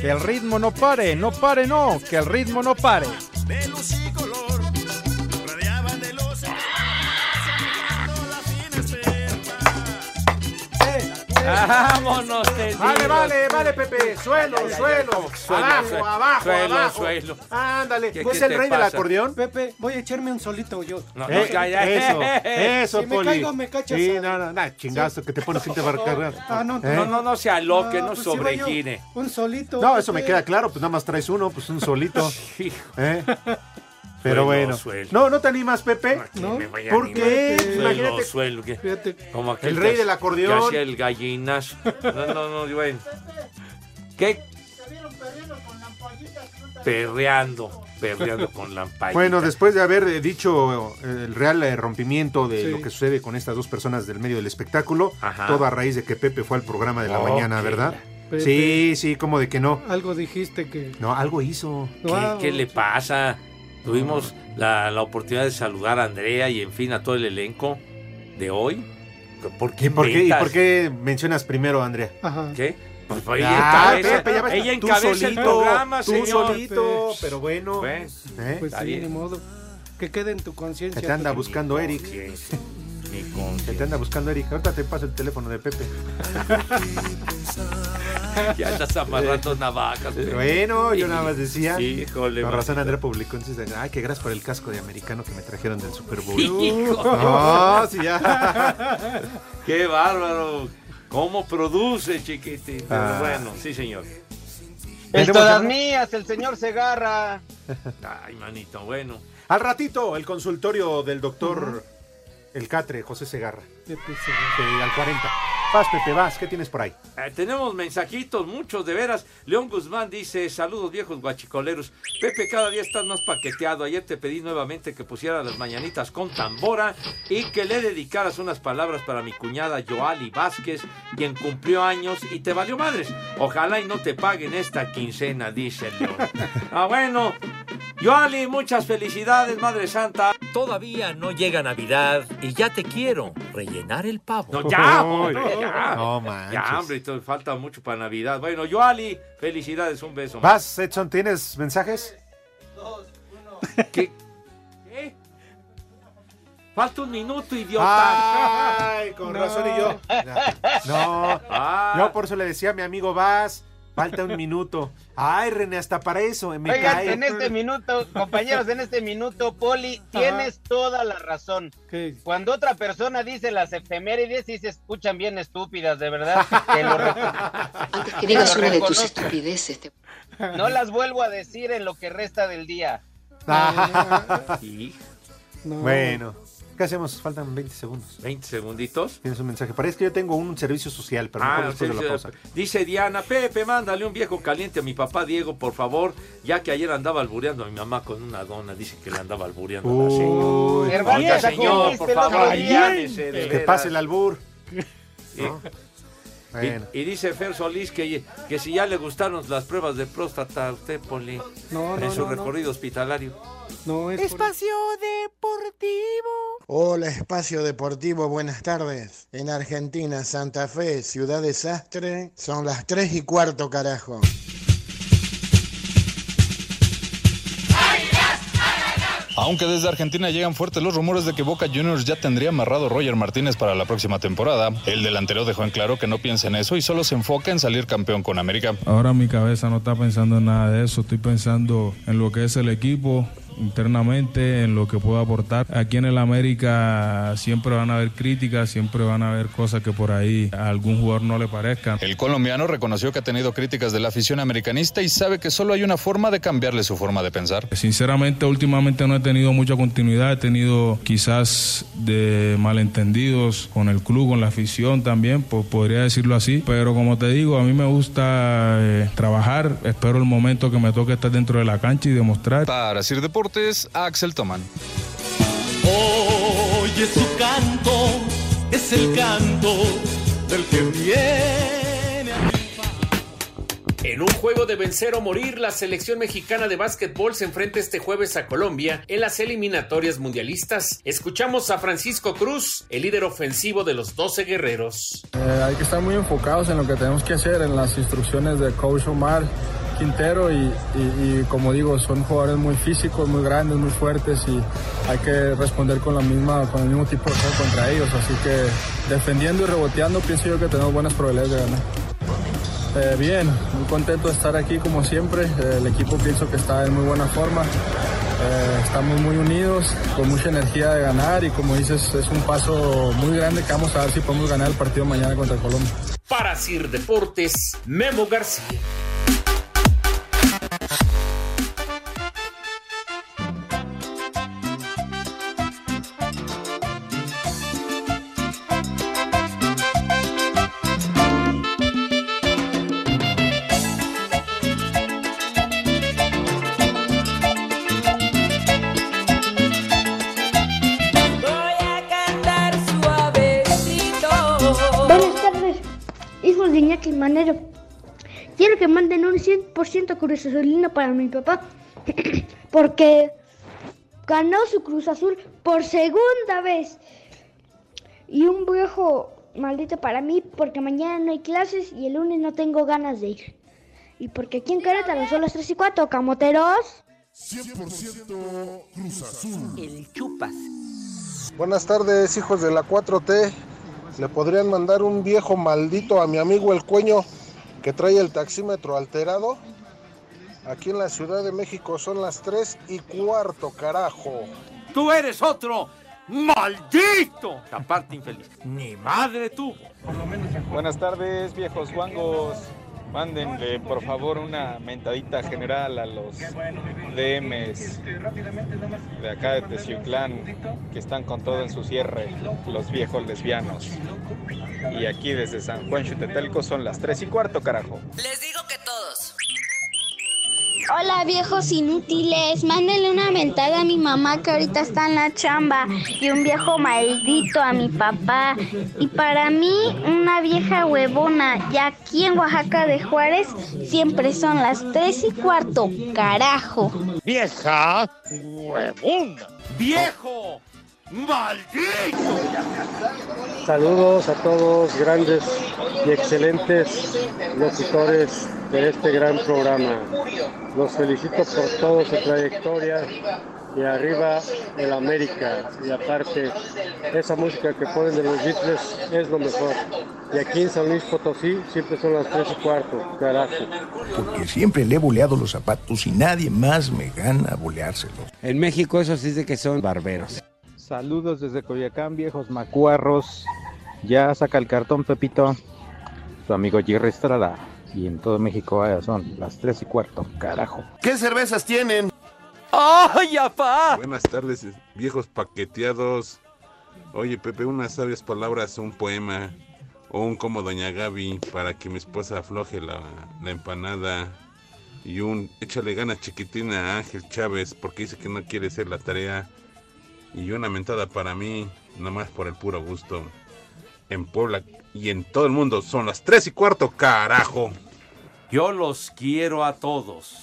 Speaker 22: Que el ritmo no pare, no pare, no, que el ritmo no pare.
Speaker 14: De luz y color. Radiaban de luz.
Speaker 4: Vámonos, tendidos.
Speaker 5: Vale, vale, vale, Pepe. Suelo,
Speaker 4: ya, ya,
Speaker 5: suelo.
Speaker 4: como que suelo,
Speaker 5: abajo,
Speaker 4: suelo,
Speaker 5: abajo,
Speaker 4: suelo,
Speaker 5: abajo.
Speaker 4: suelo.
Speaker 5: Ándale.
Speaker 4: ¿Qué-
Speaker 5: ¿No
Speaker 4: qué
Speaker 5: es el
Speaker 4: te
Speaker 5: rey del
Speaker 4: pasa?
Speaker 5: acordeón?
Speaker 1: Pepe, voy a echarme un solito yo.
Speaker 5: No,
Speaker 1: Eh,
Speaker 5: no, eso, eso,
Speaker 1: Si me
Speaker 5: Poli.
Speaker 1: caigo, me cachas.
Speaker 5: Sí,
Speaker 1: a-
Speaker 5: no, no, no, chingazo, que te pones sin te va a cargar.
Speaker 1: Ah, no,
Speaker 5: ¿Eh?
Speaker 4: No, no, no se aloque, no,
Speaker 1: pues sí, voy yo.
Speaker 4: sobregire.
Speaker 1: Un solito.
Speaker 5: No, eso me
Speaker 1: Pepe.
Speaker 5: queda claro, pues nada más traes uno, pues un solito. ¿Eh?
Speaker 4: Suelo,
Speaker 5: Pero bueno.
Speaker 4: suelo.
Speaker 5: No, no te animas, Pepe.
Speaker 4: No, me voy a
Speaker 5: ¿Por
Speaker 4: animar.
Speaker 5: qué?
Speaker 4: Suelo,
Speaker 5: Imagínate.
Speaker 4: suelo, que- como aquel
Speaker 5: El
Speaker 4: que
Speaker 5: rey
Speaker 4: hace-
Speaker 5: del acordeón.
Speaker 4: que hacía el gallinazo. No, no, no, bueno. ¿Qué? Perreando, perreando con lampallitas.
Speaker 5: Bueno, después de haber eh, dicho eh, el real eh, rompimiento de
Speaker 4: Sí.
Speaker 5: lo que sucede con estas dos personas del medio del espectáculo,
Speaker 4: Ajá. Oh,
Speaker 5: todo a raíz de que Pepe fue al programa de la
Speaker 4: Ok.
Speaker 5: mañana, ¿verdad?
Speaker 1: Pepe.
Speaker 5: Sí, sí, como de que no.
Speaker 1: Algo dijiste que.
Speaker 5: No, algo hizo.
Speaker 4: ¿Qué, qué le pasa? Tuvimos la, la oportunidad de saludar a Andrea y en fin a todo el elenco de hoy. ¿Por qué
Speaker 5: ¿Y por qué, y
Speaker 4: inventas?
Speaker 5: por qué mencionas primero, Andrea?
Speaker 1: Ajá.
Speaker 4: ¿Qué? Pues, pues,
Speaker 5: Ah,
Speaker 4: ella encabeza,
Speaker 5: Pepe, ya ves,
Speaker 4: ella
Speaker 5: tú
Speaker 4: encabeza
Speaker 5: solito,
Speaker 4: el programa,
Speaker 5: tú
Speaker 4: señor.
Speaker 5: solito, pero bueno.
Speaker 4: Pues,
Speaker 5: ¿Eh?
Speaker 1: Pues
Speaker 4: Está
Speaker 1: sí,
Speaker 4: bien.
Speaker 1: ni modo. Que quede en tu conciencia.
Speaker 5: Que te anda
Speaker 1: Pepe.
Speaker 5: buscando Eric. Que te anda buscando Eric. Ahorita te paso el teléfono de Pepe.
Speaker 4: Ya estás amarrando navajas. pero-
Speaker 5: Eh, Bueno, yo nada más decía.
Speaker 4: Híjole.
Speaker 5: Con razón
Speaker 4: manito.
Speaker 5: Andrea publicó entonces, ay, que gracias por el casco de americano que me trajeron del Super Bowl.
Speaker 4: Hijo.
Speaker 5: No, sí, ya.
Speaker 4: Qué bárbaro. ¿Cómo produce, chiquitín? Pero
Speaker 5: Ah.
Speaker 4: bueno, sí, señor.
Speaker 22: El
Speaker 5: Tenemos-
Speaker 22: todas mías, el señor Segarra.
Speaker 4: Ay, manito, bueno.
Speaker 5: Al ratito, el consultorio del doctor El Catre, José Segarra.
Speaker 1: Pepe Segarra.
Speaker 5: que al 40. Vas, Pepe, vas. ¿Qué tienes por ahí?
Speaker 4: Eh, tenemos mensajitos, muchos de veras. León Guzmán dice, saludos viejos guachicoleros. Pepe, cada día estás más paqueteado. Ayer te pedí nuevamente que pusieras las mañanitas con tambora y que le dedicaras unas palabras para mi cuñada Joali Vázquez, quien cumplió años y te valió madres. Ojalá y no te paguen esta quincena, dice León. Ah, bueno. Joali, muchas felicidades, Madre Santa. Todavía no llega Navidad y ya te quiero rellenar el pavo. No, ya, hombre, ya.
Speaker 5: No manches.
Speaker 4: Ya, hombre, esto falta mucho para Navidad. Bueno, Yoali, felicidades, un beso.
Speaker 5: Vas, Edson, ¿tienes mensajes?
Speaker 4: ¿Eh? Falta un minuto, idiota.
Speaker 5: Ay, con razón y yo. No,
Speaker 4: Ah.
Speaker 5: yo por eso le decía a mi amigo Vas, falta un minuto. Ay, René, hasta para eso. Me
Speaker 22: Oigan,
Speaker 5: cae. pues.
Speaker 22: en este minuto, compañeros, en este minuto, Poli, tienes toda la razón. Cuando otra persona dice las efemérides, sí se escuchan bien estúpidas, de verdad. Te lo re-
Speaker 23: Que digas
Speaker 22: te lo
Speaker 23: una de tus
Speaker 22: reconozco.
Speaker 23: estupideces. te-
Speaker 22: No las vuelvo a decir en lo que resta del día.
Speaker 5: Ah.
Speaker 1: No.
Speaker 5: Bueno, ¿qué hacemos? Faltan 20 segundos.
Speaker 4: 20 segunditos.
Speaker 5: Tienes un mensaje. Parece que yo tengo un servicio social, pero
Speaker 4: Ah,
Speaker 5: mejor después
Speaker 4: sí,
Speaker 5: de la
Speaker 4: sí,
Speaker 5: pausa.
Speaker 4: Dice Diana, Pepe, mándale un viejo caliente a mi papá Diego, por favor, ya que ayer andaba albureando a mi mamá con una dona, dice que le andaba albureando a la
Speaker 5: Uy,
Speaker 4: señora. Oiga,
Speaker 5: viejo,
Speaker 4: señor, por
Speaker 5: ¿viste el otro
Speaker 4: favor,
Speaker 5: día?
Speaker 4: aliviánese, de
Speaker 5: Que
Speaker 4: veras.
Speaker 5: pase el albur.
Speaker 4: Sí.
Speaker 5: ¿no?
Speaker 4: Y-
Speaker 5: Bueno.
Speaker 4: Y, dice Fer Solís que, que si ya le gustaron las pruebas de próstata a usted, Poli,
Speaker 1: No, no,
Speaker 4: en su
Speaker 1: no, no.
Speaker 4: recorrido hospitalario.
Speaker 1: No
Speaker 4: Pues
Speaker 1: es. por-
Speaker 9: Espacio Deportivo.
Speaker 24: Hola Espacio Deportivo, buenas tardes. En Argentina, Santa Fe, Ciudad Desastre, son las 3 y cuarto, carajo.
Speaker 6: Aunque desde Argentina llegan fuertes los rumores de que Boca Juniors ya tendría amarrado a Roger Martínez para la próxima temporada, el delantero dejó en claro que no piensa en eso y solo se enfoca en salir campeón con América.
Speaker 17: Ahora mi cabeza no está pensando en nada de eso, estoy pensando en lo que es el equipo internamente, en lo que puedo aportar. Aquí en el América siempre van a haber críticas, siempre van a haber cosas que por ahí a algún jugador no le parezcan.
Speaker 6: El colombiano reconoció que ha tenido críticas de la afición americanista y sabe que solo hay una forma de cambiarle su forma de pensar.
Speaker 17: Sinceramente, últimamente no he tenido mucha continuidad, he tenido quizás de malentendidos con el club, con la afición también, po- podría decirlo así, pero como te digo, a mí me gusta eh, trabajar, espero el momento que me toque estar dentro de la cancha y demostrar.
Speaker 6: Para Sir Deportes, Axel Toman.
Speaker 12: Oye su canto, es el canto del que viene.
Speaker 25: En un juego de vencer o morir, la selección mexicana de básquetbol se enfrenta este jueves a Colombia en las eliminatorias mundialistas. Escuchamos a Francisco Cruz, el líder ofensivo de los 12 guerreros.
Speaker 17: Eh, hay que estar muy enfocados en lo que tenemos que hacer, en las instrucciones de Coach Omar,
Speaker 23: Quintero y, y- y como digo, son jugadores muy físicos, muy grandes, muy fuertes y hay que responder con, la misma, con el mismo tipo de juego contra ellos. Así que defendiendo y reboteando pienso yo que tenemos buenas probabilidades de ganar. Eh, bien, muy contento de estar aquí como siempre. Eh, el equipo pienso que está en muy buena forma. Eh, estamos muy unidos, con mucha energía de ganar y como dices, es un paso muy grande que vamos a ver si podemos ganar el partido mañana contra Colombia.
Speaker 26: Para Sir Deportes, Memo García.
Speaker 8: cantar suavecito.
Speaker 3: Buenas tardes, hijos de Iñaki Manero. Quiero que manden un 100% Cruz Azulino para mi papá, porque ganó su Cruz Azul por segunda vez. Y un viejo maldito para mí, porque mañana no hay clases y el lunes no tengo ganas de ir. Y porque aquí en Querétaro son las 3 y 4, camoteros.
Speaker 27: 100% Cruz Azul. El chupas.
Speaker 28: Buenas tardes, hijos de la 4T. Le podrían mandar un viejo maldito a mi amigo el cueño que trae el taxímetro alterado. Aquí en la Ciudad de México son las 3 y cuarto, carajo.
Speaker 4: Tú eres otro maldito. Aparte infeliz. Ni madre tuvo.
Speaker 7: Buenas tardes, viejos guangos. Mándenle, por favor, una mentadita general a los DMs de acá de Teciutlán, que están con todo en su cierre, los viejos lesbianos. Y aquí desde San Juan Chutetelco son las 3 y cuarto, carajo.
Speaker 8: Les digo que todos.
Speaker 3: Hola viejos inútiles, mándenle una mentada a mi mamá que ahorita está en la chamba y un viejo maldito a mi papá y para mí una vieja huevona y aquí en Oaxaca de Juárez siempre son las tres y cuarto, carajo.
Speaker 27: Vieja huevona.
Speaker 4: ¡Viejo! ¡Maldito!
Speaker 29: Saludos a todos, grandes y excelentes locutores de este gran programa. Los felicito por toda su trayectoria y arriba el América. Y aparte, esa música que ponen de los Beatles es lo mejor. Y aquí en San Luis Potosí siempre son las tres y cuarto, carajo.
Speaker 14: Porque siempre le he boleado los zapatos y nadie más me gana boleárselos.
Speaker 30: En México esos sí de que son barberos.
Speaker 29: Saludos desde Coyacán, viejos macuarros. Ya saca el cartón, Pepito. Tu amigo Jerry Estrada. Y en todo México vaya, son las 3 y cuarto, carajo.
Speaker 27: ¿Qué cervezas tienen?
Speaker 4: ¡Ay, apá!
Speaker 20: Buenas tardes, viejos paqueteados. Oye, Pepe, unas sabias palabras, un poema o un como Doña Gaby para que mi esposa afloje la, la empanada. Y un échale ganas chiquitina a Ángel Chávez porque dice que no quiere hacer la tarea. Y una mentada para mí, nomás por el puro gusto. En Puebla y en todo el mundo son las tres y cuarto, carajo.
Speaker 4: Yo los quiero a todos.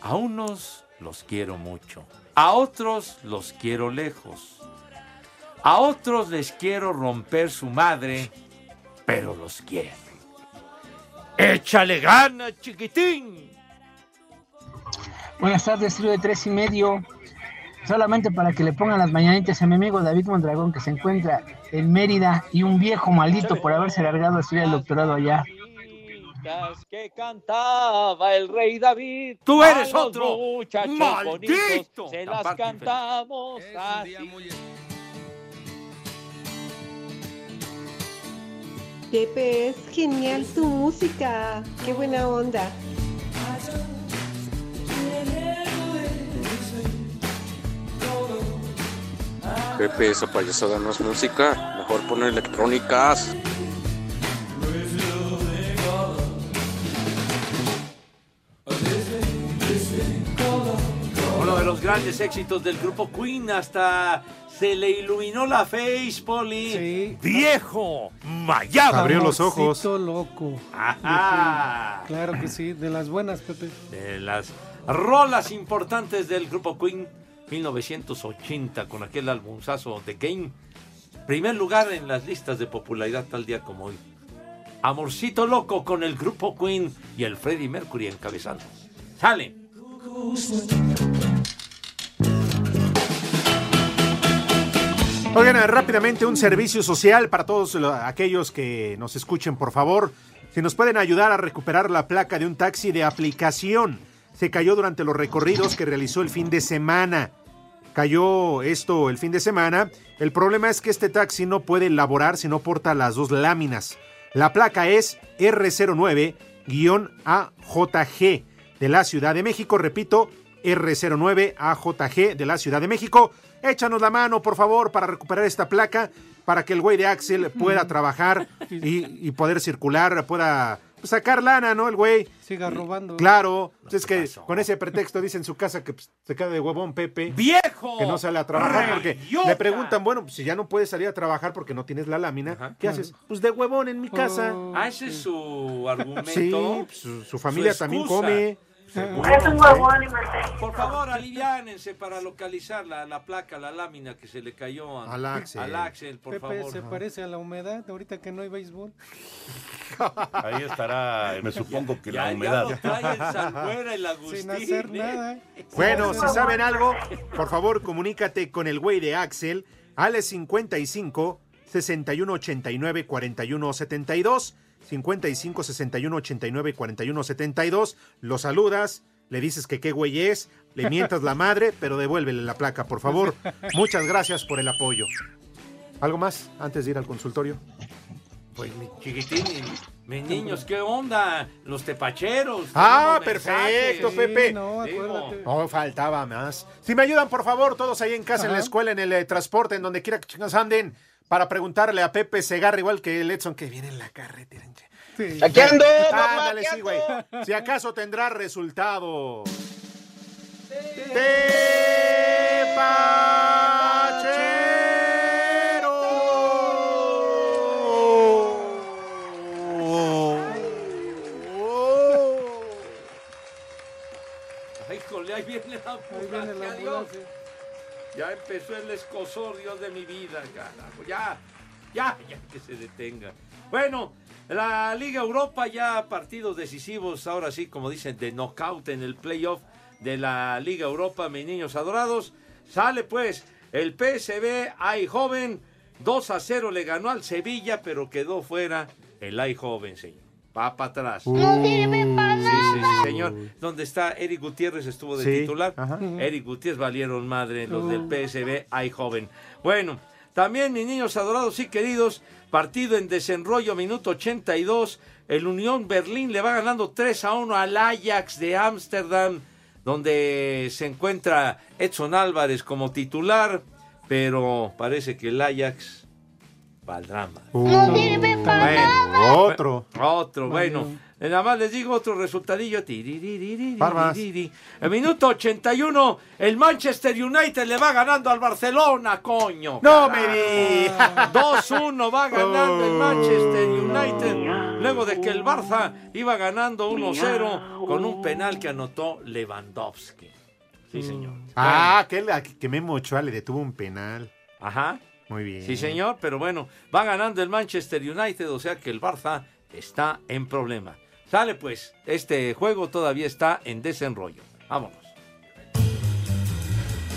Speaker 4: A unos los quiero mucho. A otros los quiero lejos. A otros les quiero romper su madre, pero los quiero. ¡Échale gana, chiquitín!
Speaker 31: Buenas tardes, trío de tres y medio. Solamente para que le pongan las mañanitas a mi amigo David Mondragón, que se encuentra en Mérida, y un viejo maldito por haberse largado a estudiar el doctorado allá.
Speaker 21: que cantaba el rey David.
Speaker 31: Tú eres
Speaker 21: A los
Speaker 31: otro
Speaker 21: muchachos
Speaker 31: maldito.
Speaker 21: bonitos, Se las
Speaker 31: Aparte,
Speaker 21: cantamos así.
Speaker 32: Pepe, es genial tu música. Qué buena onda.
Speaker 24: Pepe, esa payasada no es música. Mejor poner electrónicas.
Speaker 4: Uno de los grandes éxitos del grupo Queen hasta se le iluminó la face, Poli. Viejo, mayaba.
Speaker 1: Abrió los ojos.
Speaker 5: Amorcito loco.
Speaker 4: Ajá.
Speaker 5: Sí, Claro que sí, de las buenas, Pepe.
Speaker 4: de las rolas importantes del grupo Queen 1980 con aquel albumzazo The Game. Primer lugar en las listas de popularidad tal día como hoy. Amorcito Loco con el grupo Queen y el Freddie Mercury encabezando. Sale.
Speaker 5: Oigan, rápidamente un servicio social para todos lo- aquellos que nos escuchen, por favor. Si nos pueden ayudar a recuperar la placa de un taxi de aplicación. Se cayó durante los recorridos que realizó el fin de semana. Cayó esto el fin de semana. El problema es que este taxi no puede laborar si no porta las dos láminas. La placa es R09-AJG de la Ciudad de México. Repito, R09-AJG de la Ciudad de México. Échanos la mano, por favor, para recuperar esta placa, para que el güey de Axel pueda trabajar y, y poder circular, pueda pues, sacar lana, ¿no? El güey. Mm,
Speaker 1: Siga robando.
Speaker 5: Claro, pues es que con ese pretexto dice en su casa que pues, se queda de huevón Pepe.
Speaker 4: ¡Viejo!
Speaker 5: Que no sale a trabajar porque
Speaker 4: ¡Reyota!
Speaker 5: le preguntan, bueno, pues, si ya no puedes salir a trabajar porque no tienes la lámina, ¿qué haces? Pues de huevón en mi casa.
Speaker 4: Ah, ese es su argumento.
Speaker 5: Sí, pues, su, su familia
Speaker 4: Su
Speaker 5: también
Speaker 4: excusa.
Speaker 5: come.
Speaker 24: ¿eh?
Speaker 4: Por favor, aliviánense para localizar la, la placa, la lámina que se le cayó a,
Speaker 5: Al Axel.
Speaker 4: Axel, por
Speaker 1: Pepe
Speaker 4: favor.
Speaker 1: se parece a la humedad ahorita que no hay béisbol.
Speaker 24: Ahí estará, me supongo que la humedad.
Speaker 1: Sin hacer
Speaker 13: ¿eh?
Speaker 1: nada.
Speaker 5: Bueno, si saben algo, por favor comunícate con el güey de Axel al 55 61 89 41 72 55 61 89 41 72 lo saludas, le dices que qué güey es, le mientas la madre, pero devuélvele la placa, por favor. Muchas gracias por el apoyo. ¿Algo más antes de ir al consultorio?
Speaker 4: Pues mi chiquitín, y mis niños, ¿qué onda? Los tepacheros.
Speaker 5: Ah,
Speaker 4: tenemos
Speaker 5: perfecto,
Speaker 4: mensajes.
Speaker 5: Pepe.
Speaker 4: Digo,
Speaker 5: No, faltaba más. Si me ayudan, por favor, todos ahí en casa, en la
Speaker 4: Ajá.
Speaker 5: escuela, en el eh, transporte, en donde quiera que chingados anden, para preguntarle a Pepe Segarra, igual que el Edson, que viene en la carretera.
Speaker 6: Aquí ando, papá,
Speaker 5: Ándale,
Speaker 6: aquí
Speaker 5: sí, güey. Si acaso tendrá resultado.
Speaker 4: Oh. Ay, jole, ahí viene la
Speaker 1: viene la
Speaker 4: ambulancia, Dios.
Speaker 1: ambulancia.
Speaker 4: Ya empezó el escosor, Dios de mi vida, carajo. Ya, ya, ya que se detenga. Bueno, la Liga Europa ya partidos decisivos, ahora sí, como dicen, de knockout en el playoff de la Liga Europa, mis niños adorados. Sale pues el PSV Ay Joven, 2 a 0 le ganó al Sevilla, pero quedó fuera el Ay Joven, señor. Va para atrás. Sí, sí, sí, señor. Donde está Eric Gutiérrez estuvo de
Speaker 5: Sí,
Speaker 4: titular.
Speaker 5: ajá.
Speaker 4: Eric Gutiérrez valieron madre los
Speaker 5: Oh.
Speaker 4: del PSB, hay joven. Bueno, también mis niños adorados y queridos, partido en desenrollo, minuto 82. El Unión Berlín le va ganando 3 a 1 al Ajax de Ámsterdam, donde se encuentra Edson Álvarez como titular, pero parece que el Ajax va al drama. Bueno,
Speaker 5: Uh. otro.
Speaker 4: Otro, bueno. Eh, Nada más les digo otro resultadillo.
Speaker 5: Barbas.
Speaker 4: El minuto 81, el Manchester United le va ganando al Barcelona, coño.
Speaker 5: No
Speaker 4: me digas. 2-1 va ganando el Manchester United. Luego de que el Barça iba ganando 1-0 con un penal que anotó Lewandowski. Sí, señor.
Speaker 5: Ah, aquel a- que Memo Ochoa le detuvo un penal.
Speaker 4: Ajá.
Speaker 5: Muy bien.
Speaker 4: Ah. Sí, señor, pero bueno, va ganando el Manchester United, o sea que el Barça está en problema. Sale pues, este juego todavía está en desenrollo. Vámonos.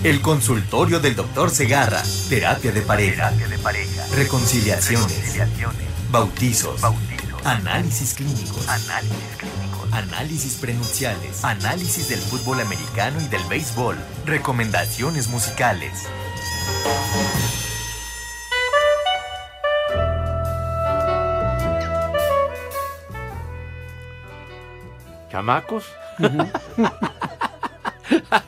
Speaker 14: El consultorio del doctor Segarra. Terapia de pareja. Reconciliaciones. Bautizos. Análisis clínicos. Análisis prenunciales. Análisis del fútbol americano y del béisbol. Recomendaciones musicales.
Speaker 4: ¿Chamacos? a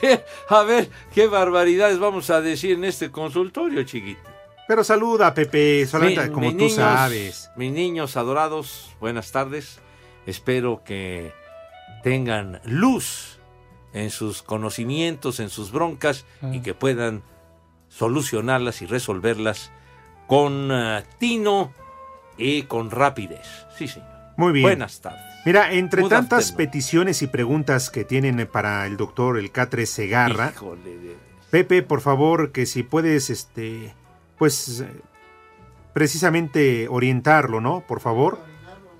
Speaker 4: ver, a ver, qué barbaridades vamos a decir en este consultorio, chiquito.
Speaker 5: Pero saluda, Pepe, solamente
Speaker 4: Mi-
Speaker 5: como
Speaker 4: mis
Speaker 5: tú
Speaker 4: niños,
Speaker 5: sabes.
Speaker 4: Mis niños adorados, buenas tardes. Espero que tengan luz en sus conocimientos, en sus broncas
Speaker 5: Ah.
Speaker 4: y que puedan solucionarlas y resolverlas con eh, tino y con rapidez. Sí, señor.
Speaker 5: Muy bien.
Speaker 4: Buenas tardes.
Speaker 5: Mira, entre
Speaker 4: Good
Speaker 5: tantas peticiones y preguntas que tienen para el doctor el Catre Segarra,
Speaker 4: Híjole, de-
Speaker 5: Pepe, por favor, que si puedes, este, pues, eh, precisamente orientarlo, ¿no? Por favor.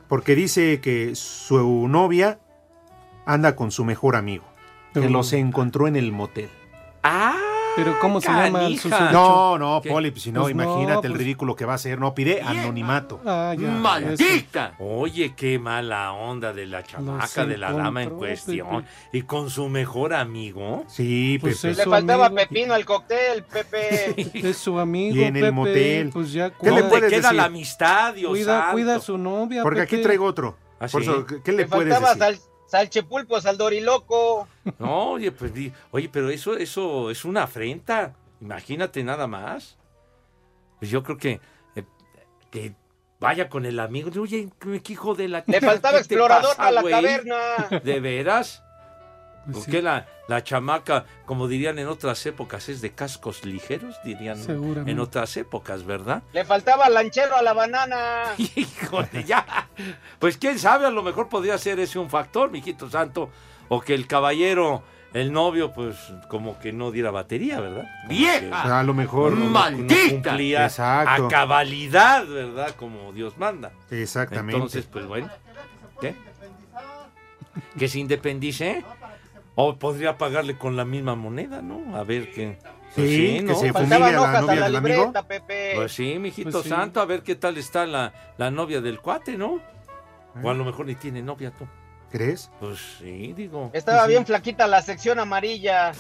Speaker 5: Porque dice que su novia anda con su mejor amigo, que
Speaker 1: Mm.
Speaker 5: los encontró en el motel.
Speaker 4: Ah,
Speaker 1: Pero ¿cómo se llama el susodicho?
Speaker 5: No, no, Poli, pues, si no,
Speaker 1: Pues no,
Speaker 5: imagínate el
Speaker 1: pues-
Speaker 5: ridículo que va a ser. No, pide anonimato.
Speaker 1: Ah, ya, eso.
Speaker 4: ¡Maldita! Oye, qué mala onda de la chamaca, de la dama en
Speaker 5: encontró,
Speaker 4: cuestión. ¿Y con su mejor amigo?
Speaker 5: Sí,
Speaker 1: Pues
Speaker 4: Pepe.
Speaker 1: es Le su faltaba amigo.
Speaker 23: Pepino al cóctel, Pepe.
Speaker 1: Es su amigo.
Speaker 5: Y en el
Speaker 1: Pepe,
Speaker 5: motel.
Speaker 1: Pues ya,
Speaker 5: ¿Qué le
Speaker 1: cuida-
Speaker 5: puedes decir?
Speaker 1: cuida, Cuida a su novia.
Speaker 5: Porque aquí
Speaker 1: Pepe.
Speaker 5: traigo otro. Por
Speaker 4: sí?
Speaker 5: eso, ¿qué- ¿qué le puedes
Speaker 23: Faltaba
Speaker 5: decir?
Speaker 23: sal, salchepulpos al doriloco.
Speaker 4: No, oye, pues di- oye, pero eso, eso es una afrenta. Imagínate nada más. Pues yo creo que, eh, que vaya con el amigo. Oye, qué hijo de la.
Speaker 23: Le
Speaker 4: ¿qué
Speaker 23: faltaba
Speaker 4: te
Speaker 23: explorador
Speaker 4: pasa,
Speaker 23: a la
Speaker 4: güey?
Speaker 23: caverna.
Speaker 4: ¿De veras? Porque la, la chamaca, como dirían en otras épocas, es de cascos ligeros, dirían
Speaker 23: Seguramente.
Speaker 4: en otras épocas, ¿verdad?
Speaker 23: Le faltaba lanchero a la banana.
Speaker 4: Híjole, ya. Pues quién sabe, a lo mejor podría ser ese un factor, mijito santo. O que el caballero, el novio, pues como que no diera batería, ¿verdad? ¡Vieja!
Speaker 5: A lo mejor.
Speaker 4: ¡Maldita! cumplía
Speaker 5: Exacto.
Speaker 4: a cabalidad, ¿verdad? Como Dios manda.
Speaker 5: Exactamente.
Speaker 4: Entonces, pues bueno. ¿Qué? ¿Que se independice? O podría pagarle con la misma moneda, ¿no? A ver qué. Pues
Speaker 5: Sí, que se fumigue Faltaban a la hojas a novia la del amigo. libreta,
Speaker 23: Pepe.
Speaker 4: Pues sí, mijito
Speaker 23: Pues sí.
Speaker 4: santo, a ver qué tal está la, la novia del cuate, ¿no?
Speaker 5: Eh.
Speaker 4: O a lo mejor ni tiene novia tú.
Speaker 5: ¿Crees?
Speaker 4: Pues sí, digo.
Speaker 23: Estaba
Speaker 4: Sí.
Speaker 23: bien flaquita la sección amarilla.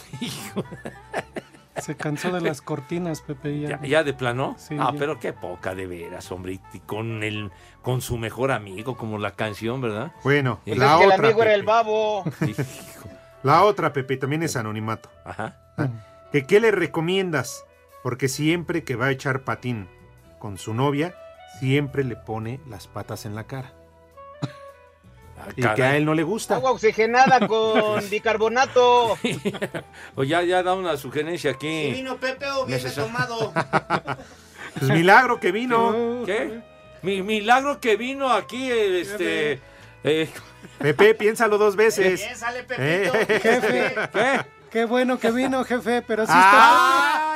Speaker 1: Se cansó de las cortinas, Pepe. Ya.
Speaker 4: Ya, ya de plano.
Speaker 1: Sí,
Speaker 4: ah,
Speaker 1: ya.
Speaker 4: pero qué poca de veras, hombre. y- Y con el, con su mejor amigo, como la canción, ¿verdad?
Speaker 5: Bueno,
Speaker 4: Eh,
Speaker 5: la
Speaker 23: Pues que el
Speaker 5: otra.
Speaker 23: amigo era el
Speaker 5: Pepe.
Speaker 23: babo.
Speaker 5: La otra, Pepe, también es anonimato.
Speaker 1: Mm.
Speaker 5: Ah, ¿Que ¿Qué le recomiendas? Porque siempre que va a echar patín con su novia, siempre le pone las patas en la cara. y que a
Speaker 4: Ah, caray.
Speaker 5: él no le gusta.
Speaker 23: Agua oxigenada con bicarbonato.
Speaker 4: O ya, ya da una sugerencia aquí.
Speaker 23: Pepe
Speaker 4: Necesario.
Speaker 5: Pues milagro que vino.
Speaker 4: ¿Qué? Mi, milagro que vino aquí, el, este. eh,
Speaker 5: Pepe, piénsalo dos veces.
Speaker 23: Piénsale,
Speaker 5: Pepito.
Speaker 4: Eh.
Speaker 1: Jefe.
Speaker 4: ¿Qué?
Speaker 1: Qué bueno que vino, jefe, pero sí
Speaker 4: Ah,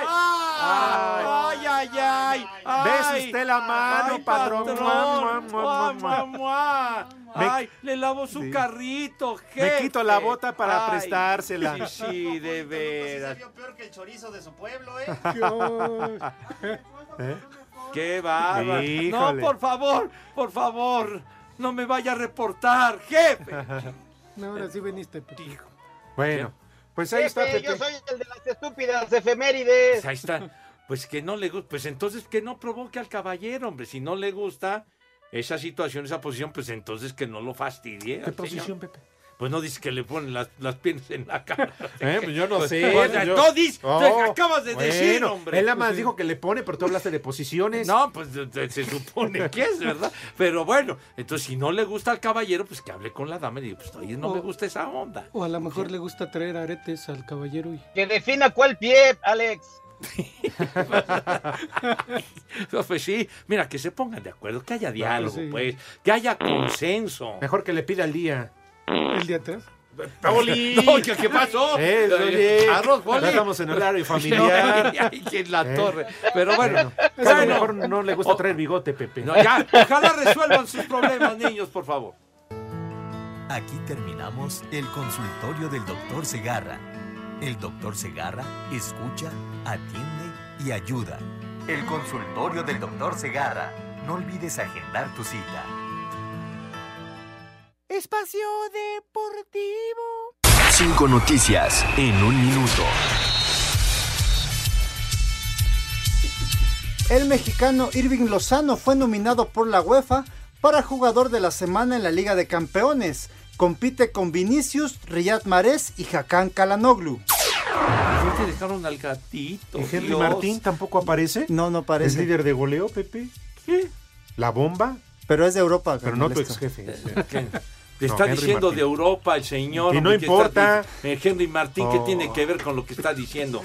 Speaker 4: ¡Ay! ¡Ay, ay, ay!
Speaker 5: Bese usted la mano, patrón. Mua, mua, mua, mua.
Speaker 4: mua.
Speaker 5: Me-
Speaker 4: Ay, le lavo su carrito,
Speaker 5: Me
Speaker 4: jefe.
Speaker 5: quito la bota para
Speaker 4: Ay,
Speaker 5: prestársela.
Speaker 4: Sí, sí, de veras.
Speaker 17: peor que el chorizo de su pueblo, ¿eh?
Speaker 20: 예?
Speaker 5: ¿Eh?
Speaker 4: ¡Qué bárbaro! No,
Speaker 5: Híjole.
Speaker 4: por favor, por favor, no me vaya a reportar, jefe.
Speaker 1: está. No, ahora sí viniste, Pepe.
Speaker 5: Bueno, pues ahí está
Speaker 23: Pepe, yo
Speaker 5: Pepe.
Speaker 23: soy el de las estúpidas efemérides.
Speaker 4: Pues ahí está. Pues que no le gusta. Pues entonces que no provoque al caballero, hombre. Si no le gusta esa situación, esa posición, pues entonces que no lo fastidie. al señor.
Speaker 5: Pepe?
Speaker 4: Pues no dice que le ponen las, las piernas en la cara.
Speaker 5: Eh, pues yo no sé.
Speaker 4: O sea,
Speaker 5: yo-
Speaker 4: no dices,
Speaker 5: Oh,
Speaker 4: te acabas de decir,
Speaker 5: bueno,
Speaker 4: hombre. Pues
Speaker 5: Él nada más dijo que le pone, pero tú hablaste de posiciones.
Speaker 4: No, pues de- de- se supone que es, ¿verdad? Pero bueno, entonces si no le gusta al caballero, pues que hable con la dama y diga, pues oye, no
Speaker 5: Oh.
Speaker 4: me gusta esa onda.
Speaker 1: O a lo mejor le gusta traer aretes al caballero y.
Speaker 23: Que defina cuál pie, Alex.
Speaker 4: No, Pues sí, mira, que se pongan de acuerdo, que haya diálogo,
Speaker 5: sí.
Speaker 4: pues, que haya consenso.
Speaker 5: Mejor que le pida el día.
Speaker 1: ¿El de atrás?
Speaker 4: ¡Poli! No, ¿qué, qué pasó?
Speaker 5: Eh, oye,
Speaker 4: Arroz, Poli.
Speaker 5: ya estamos en horario familiar.
Speaker 4: Ay, ay, que en la
Speaker 5: Eh.
Speaker 4: torre. Pero bueno, Oh,
Speaker 5: Es que a
Speaker 4: bueno.
Speaker 5: lo mejor no le gusta traer bigote, Pepe.
Speaker 4: No, ya, ojalá resuelvan sus problemas, niños, por favor.
Speaker 14: Aquí terminamos el consultorio del doctor Segarra. El doctor Segarra escucha, atiende y ayuda. El consultorio del doctor Segarra. No olvides agendar tu cita.
Speaker 2: Espacio Deportivo.
Speaker 14: Cinco noticias en un minuto.
Speaker 13: El mexicano Irving Lozano fue nominado por la UEFA para jugador de la semana en la Liga de Campeones. Compite con Vinicius, Riyad Mahrez y Hakan Kalanoglu.
Speaker 4: ¿Por qué dejaron al gatito?
Speaker 13: ¿Y Henry
Speaker 4: Dios?
Speaker 13: Martín?
Speaker 5: ¿Tampoco aparece?
Speaker 13: No, no aparece.
Speaker 5: ¿Es líder de goleo, Pepe?
Speaker 4: ¿Qué?
Speaker 5: ¿La bomba?
Speaker 13: Pero es de Europa.
Speaker 5: Pero no tu
Speaker 13: Ernesto.
Speaker 5: ex jefe.
Speaker 4: ¿Qué? Te está diciendo de Europa el señor.
Speaker 5: Y no
Speaker 4: hombre, que está
Speaker 5: importa.
Speaker 4: dic- eh, Henry Martín, ¿qué
Speaker 5: Oh.
Speaker 4: tiene que ver con lo que está diciendo?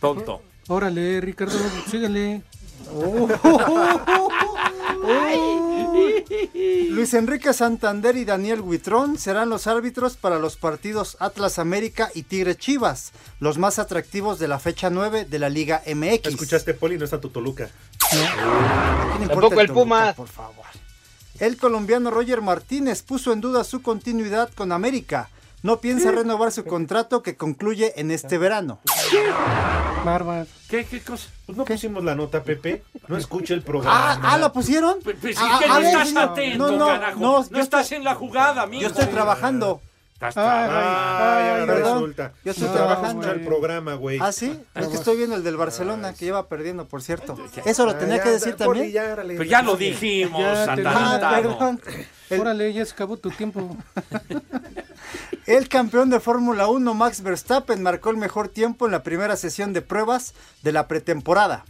Speaker 4: Tonto.
Speaker 1: Órale, Ricardo, síguele.
Speaker 13: Uh. Luis Enrique Santander y Daniel Huitrón serán los árbitros para los partidos Atlas América y Tigre Chivas, los más atractivos de la fecha 9 de la Liga MX.
Speaker 5: Escuchaste, Poli, no está tu Toluca. Ah.
Speaker 13: ¿Quién importa
Speaker 23: Tampoco el
Speaker 13: Toluca,
Speaker 23: Pumas.
Speaker 13: por favor? El colombiano Roger Martínez puso en duda su continuidad con América no piensa renovar su contrato que concluye en este verano.
Speaker 1: Bárbaro.
Speaker 4: ¿Qué, qué cosa?
Speaker 5: Pues no pusimos la nota, Pepe. No escucha el
Speaker 13: Ah,
Speaker 5: programa.
Speaker 13: ah, ¿la pusieron?
Speaker 4: Pues
Speaker 13: Ah,
Speaker 4: es que
Speaker 13: a
Speaker 4: no
Speaker 13: ver,
Speaker 4: estás
Speaker 13: no,
Speaker 4: atento,
Speaker 13: no, no,
Speaker 4: carajo.
Speaker 13: no,
Speaker 4: No,
Speaker 13: yo
Speaker 4: estás en la jugada, amigo.
Speaker 13: Yo estoy trabajando.
Speaker 5: Ah,
Speaker 4: Estás
Speaker 5: Ay, ahora
Speaker 13: perdón.
Speaker 5: resulta.
Speaker 13: Yo estoy
Speaker 5: No,
Speaker 13: trabajando.
Speaker 5: escucha el programa, güey.
Speaker 13: Ah, sí. Es que estoy viendo el del Barcelona que lleva perdiendo, por cierto. Eso
Speaker 5: Ah,
Speaker 13: lo tenía
Speaker 5: ya,
Speaker 13: que decir
Speaker 5: ya,
Speaker 13: también.
Speaker 5: Poli, ya, órale.
Speaker 1: Pues
Speaker 4: Pero ya lo dijimos,
Speaker 13: Ya te-
Speaker 4: atarantado.
Speaker 13: Ah, perdón.
Speaker 1: Órale, ya se acabó tu tiempo.
Speaker 13: El campeón de Fórmula 1, Max Verstappen, marcó el mejor tiempo en la primera sesión de pruebas de la pretemporada.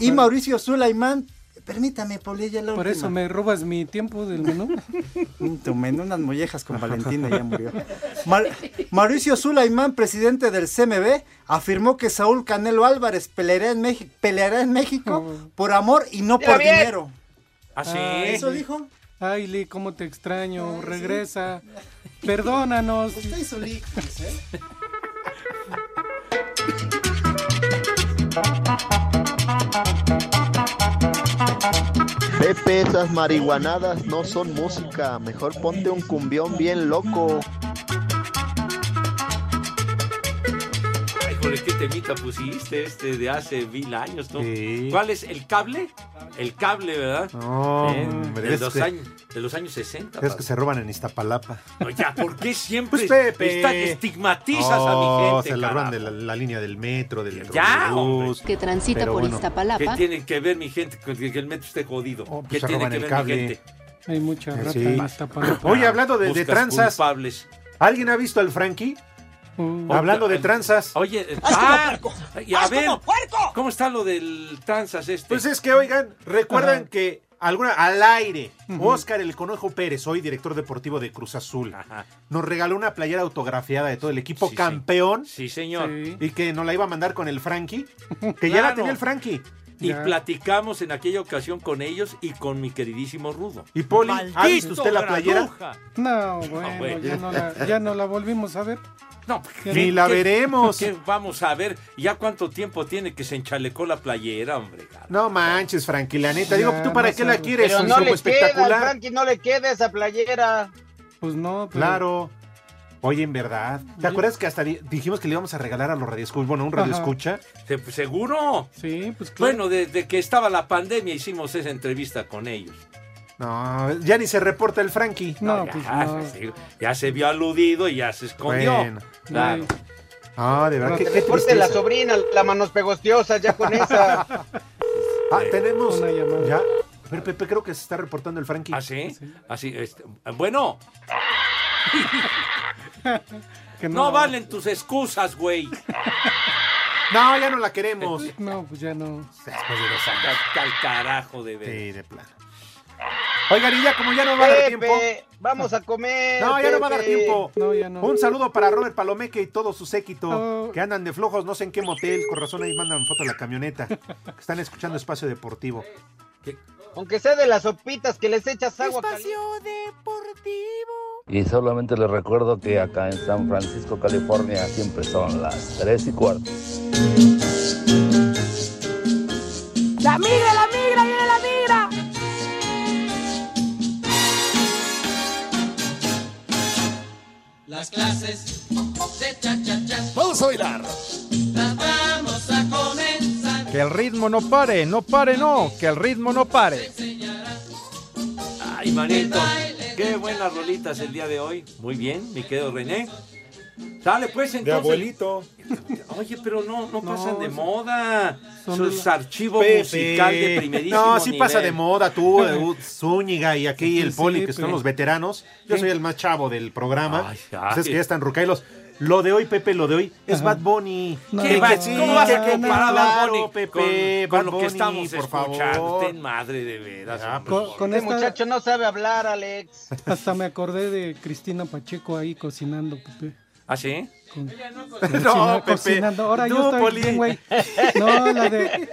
Speaker 13: Y Mauricio Sulaimán, permítame, Poli, ya la
Speaker 1: Por eso
Speaker 13: última.
Speaker 1: me robas mi tiempo del menú.
Speaker 13: Mm, tu menú, unas mollejas con Valentina ya murió. Mar- Mauricio Sulaimán, presidente del CMB, afirmó que Saúl Canelo Álvarez peleará en, México, peleará en México por amor y no
Speaker 1: Mira
Speaker 13: por
Speaker 1: bien.
Speaker 13: dinero.
Speaker 4: Así.
Speaker 1: Ay,
Speaker 13: ¿Eso dijo?
Speaker 1: Ah, Ay, Lee, cómo te extraño. Regresa. Perdónanos.
Speaker 13: Usted hizo líquidos, ¿eh?
Speaker 8: Pepe, esas marihuanadas no son música. Mejor ponte un cumbión bien loco.
Speaker 4: Ay, Híjole, qué temita pusiste este de hace mil años, ¿no? ¿Cuál es? ¿El cable? El cable, ¿verdad?
Speaker 5: No,
Speaker 4: Eh,
Speaker 5: hombre,
Speaker 4: de,
Speaker 5: es
Speaker 4: los
Speaker 5: que-
Speaker 4: años, de los años 60.
Speaker 5: Es que se roban en Iztapalapa.
Speaker 4: No, ya, ¿por qué siempre
Speaker 5: Pues, Pepe.
Speaker 4: está- estigmatizas a
Speaker 5: Oh,
Speaker 4: mi gente?
Speaker 5: se la roban
Speaker 4: carajo?
Speaker 5: de la, la línea del metro, del
Speaker 4: Ya,
Speaker 5: trolebús.
Speaker 9: Que transita
Speaker 5: Pero
Speaker 9: por
Speaker 5: bueno. Pues
Speaker 9: Iztapalapa.
Speaker 4: ¿Qué tiene que ver mi gente con que el metro esté jodido? ¿Qué
Speaker 5: Oh, se
Speaker 4: tiene
Speaker 5: roban
Speaker 4: que
Speaker 5: el
Speaker 4: ver
Speaker 5: cable.
Speaker 4: mi gente?
Speaker 1: Hay mucha rata
Speaker 5: Sí.
Speaker 1: en Iztapalapa.
Speaker 5: Oye, hablando de, de
Speaker 4: Buscas
Speaker 5: tranzas.
Speaker 4: culpables.
Speaker 5: ¿Alguien ha visto al Frankie? Hablando de tranzas.
Speaker 4: Oye, eh, ah, y a ver, ¿cómo está lo del tranzas este?
Speaker 5: Pues es que, oigan, recuerdan
Speaker 4: Ajá.
Speaker 5: que alguna al aire,
Speaker 4: Ujú.
Speaker 5: Óscar El Conejo Pérez, hoy director deportivo de Cruz Azul, nos regaló una playera autografiada de todo el equipo campeón.
Speaker 4: Sí, señor.
Speaker 5: Y que nos la iba a mandar con el Frankie, que ya la
Speaker 4: Claro.
Speaker 5: tenía el Frankie.
Speaker 4: Y platicamos en aquella ocasión con ellos y con mi queridísimo Rudo.
Speaker 5: ¿Y Poli,
Speaker 4: Maldito
Speaker 5: ha visto usted la playera?
Speaker 4: granuja.
Speaker 1: No,
Speaker 4: No,
Speaker 1: bueno,
Speaker 4: güey.
Speaker 1: ya no, la, ya no la volvimos a ver.
Speaker 4: No,
Speaker 1: Ya
Speaker 5: Ni
Speaker 1: no-
Speaker 5: la
Speaker 1: ¿Qué-
Speaker 5: veremos.
Speaker 4: ¿Qué vamos a ver? ¿Ya cuánto tiempo tiene que se enchalecó la playera, hombre?
Speaker 5: No manches, Frankie, la neta. Digo, ¿tú para qué la quieres?
Speaker 23: Pero
Speaker 5: Un
Speaker 23: no
Speaker 5: sumo
Speaker 23: le queda, al
Speaker 5: espectacular.
Speaker 23: Frankie no le queda esa playera.
Speaker 1: Pues no, pero-
Speaker 5: Claro. Oye, en verdad. ¿Te acuerdas que hasta di- dijimos que le íbamos a regalar a los radioescuchas? Bueno, un
Speaker 4: Ajá.
Speaker 5: radioescucha.
Speaker 4: Se- ¿Seguro?
Speaker 1: Sí, pues
Speaker 4: Bueno, desde que estaba la pandemia hicimos esa entrevista con ellos.
Speaker 5: No, ya ni se reporta el Frankie.
Speaker 4: ya,
Speaker 1: pues
Speaker 4: se, Ah, ya se vio aludido y ya se escondió.
Speaker 5: Bueno.
Speaker 4: Claro. Pues
Speaker 5: Ah, de verdad, qué, qué
Speaker 23: Corte
Speaker 5: tristeza.
Speaker 23: la sobrina, la manos pegostiosa ya con esa.
Speaker 5: Ah,
Speaker 1: Eh,
Speaker 5: tenemos. Ya. A ver, Pepe, creo que se está reportando el Frankie.
Speaker 4: ¿Ah, sí? Así, este, bueno. no, valen tus excusas, güey.
Speaker 5: No, ya no la queremos.
Speaker 1: No, pues ya no.
Speaker 5: Después de dos años.
Speaker 4: Hasta el carajo de ver.
Speaker 5: Sí, de plano. Oigan, y ya como ya no va a dar tiempo.
Speaker 23: vamos a comer.
Speaker 5: No, ya no va a dar
Speaker 23: Pepe.
Speaker 5: tiempo.
Speaker 1: No, ya no. Oh.
Speaker 5: Un saludo para Robert Palomeque y todo su séquito que andan de flojos, no sé en qué motel. Con razón ahí mandan foto de la camioneta. que Están escuchando Espacio Deportivo.
Speaker 23: Aunque sea de las sopitas que les echas agua caliente.
Speaker 10: Y solamente les recuerdo que acá en San Francisco, California, siempre son las 3 y cuarto.
Speaker 2: La migra, la migra, viene la migra.
Speaker 25: Las clases de cha-cha-cha
Speaker 22: Vamos a bailar.
Speaker 25: las vamos a comenzar.
Speaker 22: Que el ritmo no pare, no pare, no, que el ritmo no pare.
Speaker 4: Ay, manito. Qué buenas rolitas el día de hoy. Muy bien, mi querido René. Sale pues entonces.
Speaker 5: abuelito.
Speaker 4: Oye, pero no, no pasan de moda.
Speaker 5: son
Speaker 4: Sus
Speaker 5: la-
Speaker 4: archivos
Speaker 5: Pepe.
Speaker 4: musical de primerísimo
Speaker 5: No, sí pasa de
Speaker 4: nivel.
Speaker 5: moda tú, eh, Zúñiga y aquí el
Speaker 4: Sí,
Speaker 5: Poli, que
Speaker 4: Pepe.
Speaker 5: son los veteranos. Yo
Speaker 4: Sí.
Speaker 5: soy el más chavo del programa.
Speaker 4: ay.
Speaker 5: Ustedes que ya están rucailos. Lo de hoy, Pepe, lo de hoy es Bad Bunny.
Speaker 4: No,
Speaker 5: Que
Speaker 4: Bad-
Speaker 5: sí,
Speaker 4: ¿Cómo vas a
Speaker 5: que- que
Speaker 4: comparar a Bad
Speaker 5: claro,
Speaker 4: Bunny
Speaker 5: Pepe,
Speaker 4: con,
Speaker 5: Bad
Speaker 4: con lo
Speaker 5: Bunny,
Speaker 4: que estamos
Speaker 5: por
Speaker 4: escuchando?
Speaker 5: favor.
Speaker 4: Ten madre de
Speaker 7: pues,
Speaker 4: veras. hombre.
Speaker 23: Este muchacho no sabe hablar, Alex.
Speaker 1: Hasta me acordé de Cristina Pacheco ahí cocinando, Pepe.
Speaker 4: ¿Ah, sí?
Speaker 1: Con-
Speaker 4: No, Pepe.
Speaker 1: cocinando. Ahora
Speaker 4: Tú,
Speaker 1: yo estoy
Speaker 4: Poli.
Speaker 1: bien, güey. No, la de.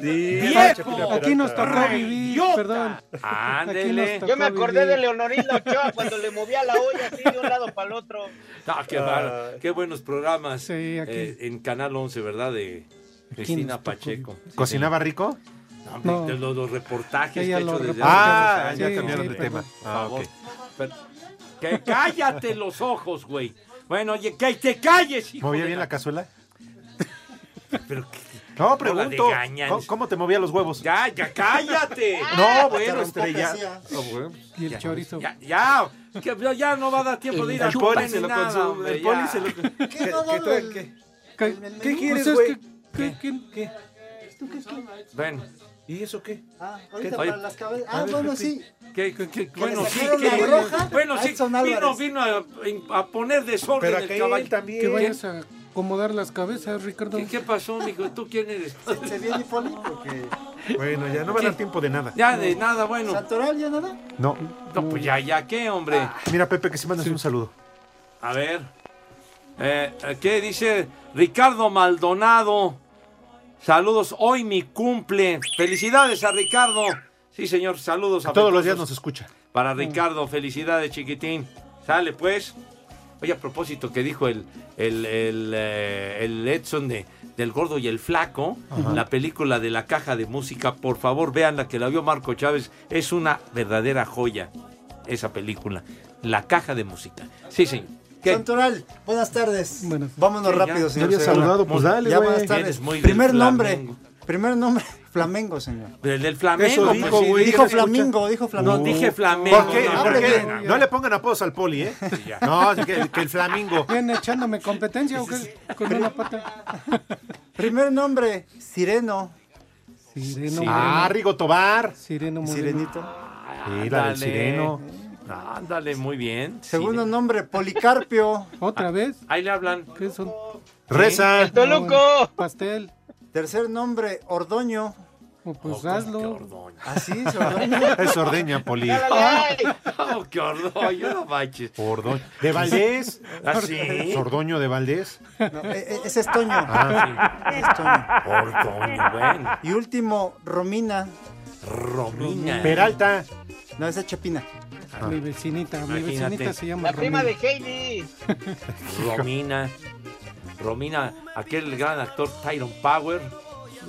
Speaker 4: ¡Viejo!
Speaker 1: Aquí nos tocó vivir, perdón. Aquí
Speaker 4: Ándele.
Speaker 1: nos
Speaker 23: Yo me
Speaker 1: tocó
Speaker 23: acordé
Speaker 1: vivir.
Speaker 23: de Leonorino Ochoa cuando le movía la olla así de un lado para el otro.
Speaker 4: Ah, qué, bárbaro. Qué buenos programas
Speaker 1: aquí.
Speaker 4: eh, en Canal 11, ¿verdad? De Cristina Pacheco. Sí,
Speaker 5: ¿Cocinaba rico?
Speaker 4: señor. Hombre, de los, los reportajes que he
Speaker 5: Ella
Speaker 4: hecho
Speaker 5: lo
Speaker 4: desde
Speaker 5: reporta.
Speaker 4: hace
Speaker 5: Ah,
Speaker 4: muchos
Speaker 5: ya cambiaron de
Speaker 4: perdón.
Speaker 5: tema. Ah,
Speaker 4: Por favor.
Speaker 5: ok.
Speaker 4: Pero- Que cállate los ojos, güey. Bueno, oye, que te calles, hijo.
Speaker 5: ¿Movía
Speaker 4: de
Speaker 5: bien la cazuela?
Speaker 4: Pero
Speaker 5: No,
Speaker 4: No la
Speaker 5: pregunto.
Speaker 4: degañan.
Speaker 5: ¿cómo, cómo te movía los huevos?
Speaker 4: Ya, ya, cállate. Ah,
Speaker 5: No,
Speaker 4: bueno,
Speaker 5: bueno, este,
Speaker 4: estrella.
Speaker 5: estrella.
Speaker 1: Y el chorizo.
Speaker 4: Ya, ya, que yo ya no va a dar tiempo de ir
Speaker 1: El
Speaker 4: a
Speaker 1: poli
Speaker 4: chupar
Speaker 1: se
Speaker 4: ni
Speaker 1: lo
Speaker 4: nada,
Speaker 1: consume,
Speaker 4: hombre,
Speaker 1: el poli
Speaker 4: ya.
Speaker 1: se lo-
Speaker 13: ¿Qué no
Speaker 1: que
Speaker 13: hablo
Speaker 1: todo-
Speaker 13: del qué?
Speaker 1: ¿Qué,
Speaker 13: ¿El menú?
Speaker 1: qué
Speaker 13: Pues
Speaker 1: quieres,
Speaker 13: es
Speaker 1: güey?
Speaker 13: que-
Speaker 1: ¿Qué? ¿Qué? ¿Qué?
Speaker 13: ¿Tú qué es tú?
Speaker 4: Bueno. ¿Y eso qué?
Speaker 13: Ah, ahorita
Speaker 4: Oye,
Speaker 13: para las cabezas. Ah,
Speaker 4: a ver,
Speaker 13: bueno,
Speaker 4: Pepe.
Speaker 13: sí.
Speaker 4: ¿Qué, qué, qué,
Speaker 13: le
Speaker 4: bueno, sí,
Speaker 13: sacaron
Speaker 4: qué
Speaker 13: la
Speaker 4: bueno.
Speaker 13: roja
Speaker 4: bueno,
Speaker 13: a
Speaker 4: sí,
Speaker 13: Edson
Speaker 4: vino,
Speaker 13: Álvarez.
Speaker 4: vino a, a poner desorden
Speaker 1: Pero
Speaker 4: el
Speaker 1: acá
Speaker 4: caballo.
Speaker 1: él Que vayas a acomodar las cabezas, Ricardo.
Speaker 4: ¿Qué, qué pasó, mijo? ¿Tú quién eres?
Speaker 13: ¿Se viene Poli? Porque.
Speaker 5: Bueno, ya no va a dar tiempo de nada.
Speaker 4: Ya, de nada, bueno.
Speaker 13: ¿Santoral ya nada?
Speaker 5: No.
Speaker 4: No, pues ya, ya, ¿qué, hombre?
Speaker 13: Ah.
Speaker 5: Mira, Pepe, que si mandas un saludo.
Speaker 4: A ver. Eh, ¿Qué dice Ricardo Maldonado? Saludos, hoy mi cumple. Felicidades a Ricardo. Sí, señor, saludos a
Speaker 5: Todos los días nos escucha.
Speaker 4: Para Ricardo, felicidades, chiquitín. Sale, pues. Oye, a propósito que dijo el, el, el, eh, el Edson de, del Gordo y el Flaco,
Speaker 3: Ajá.
Speaker 4: la película de la caja de música, por favor, vean la que la vio Marco Chávez. Es una verdadera joya esa película, la caja de música. Sí, señor. ¿Qué?
Speaker 13: Santoral, buenas tardes. Vámonos
Speaker 4: Sí, ya.
Speaker 13: rápido,
Speaker 4: Ya
Speaker 13: señor.
Speaker 4: había
Speaker 13: Serrano.
Speaker 4: saludado, pues dale,
Speaker 13: Ya
Speaker 4: güey.
Speaker 13: buenas tardes.
Speaker 4: Eres muy del
Speaker 13: Primer nombre.
Speaker 4: Flamengo.
Speaker 13: Primer nombre, Flamengo, señor.
Speaker 4: El del Flamengo.
Speaker 13: Eso
Speaker 4: pues,
Speaker 13: dijo,
Speaker 4: sí,
Speaker 13: güey.
Speaker 4: dije,
Speaker 13: Dijo
Speaker 4: escucha.
Speaker 13: Flamingo, dijo Flamingo.
Speaker 4: No, dije Flamengo.
Speaker 5: Uh, ¿Por qué?
Speaker 4: no,
Speaker 5: ¿Por
Speaker 4: no,
Speaker 5: qué?
Speaker 4: no, no.
Speaker 5: No le pongan apodos al poli, ¿eh?
Speaker 4: ya.
Speaker 5: No, así que, que el flamingo.
Speaker 1: ¿Viene echándome competencia o qué? Con una pata.
Speaker 13: Primer nombre, Sireno.
Speaker 1: Sireno.
Speaker 5: Ah, Rigo Tobar.
Speaker 1: Sireno.
Speaker 13: Sirenito.
Speaker 5: Sí, la del
Speaker 4: Ándale.
Speaker 5: sireno.
Speaker 4: Ándale, muy bien.
Speaker 13: Segundo nombre, Policarpio.
Speaker 1: ¿Otra vez?
Speaker 4: Ahí le hablan.
Speaker 1: ¿Qué son?
Speaker 5: Reza.
Speaker 13: El Toluco.
Speaker 1: Pastel.
Speaker 13: Tercer nombre, Ordoño.
Speaker 1: Pues hazlo.
Speaker 13: Así es, Ordoño.
Speaker 5: Es ordeña, poli.
Speaker 4: Oh, qué ordoño, no manches.
Speaker 5: Ordoño. ¿De Valdés?
Speaker 4: ¿Ah, sí?
Speaker 5: ¿Sordoño de Valdés?
Speaker 13: No, e- e- ese es Toño.
Speaker 5: Ah,
Speaker 13: Ese es Toño.
Speaker 4: Ordoño, bueno.
Speaker 13: Y último, Romina.
Speaker 4: Romina.
Speaker 5: Peralta.
Speaker 13: No, esa es Chapina.
Speaker 1: Ah, Mi vecinita, mi
Speaker 4: Imagínate.
Speaker 1: vecinita se llama
Speaker 23: La prima de
Speaker 1: Romina.
Speaker 23: Heidi.
Speaker 4: Romina. Romina, aquel gran actor Tyron Power,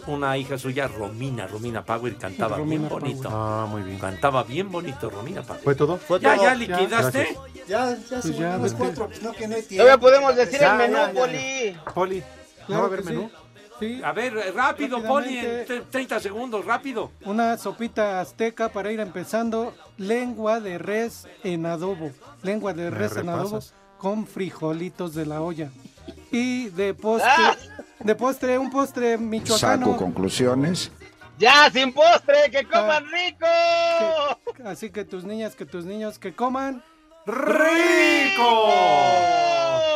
Speaker 4: una hija suya, Romina, Romina Power, y cantaba
Speaker 5: Romina
Speaker 4: bien bonito.
Speaker 5: Ah, muy bien. Pues,
Speaker 4: Cantaba bien bonito, Romina Power.
Speaker 5: ¿Fue todo?
Speaker 4: ¿Ya,
Speaker 13: todo.
Speaker 4: ya liquidaste?
Speaker 5: Gracias.
Speaker 13: Ya, ya se
Speaker 1: ya,
Speaker 13: los
Speaker 1: vete.
Speaker 13: cuatro. pues no, que no hay tiempo.
Speaker 23: Todavía podemos decir
Speaker 13: Ya,
Speaker 23: el menú,
Speaker 13: ya, ya.
Speaker 23: Poli.
Speaker 5: Poli.
Speaker 1: Claro que sí. Sí,
Speaker 4: A ver, eh, rápido, Poli, en
Speaker 1: Rápidamente.
Speaker 4: tre- 30 segundos, rápido.
Speaker 1: Una sopita azteca para ir empezando. Lengua de res en adobo. Lengua de
Speaker 5: Me
Speaker 1: res en adobo
Speaker 5: repasas.
Speaker 1: con frijolitos de la olla. Y de postre,
Speaker 5: ¡Ah!
Speaker 1: de postre, un postre michoacano.
Speaker 3: Saco conclusiones.
Speaker 23: Ya, sin postre, que coman rico.
Speaker 1: Así Ah, que tus niñas, que tus niños, que coman.
Speaker 5: ¡Rico!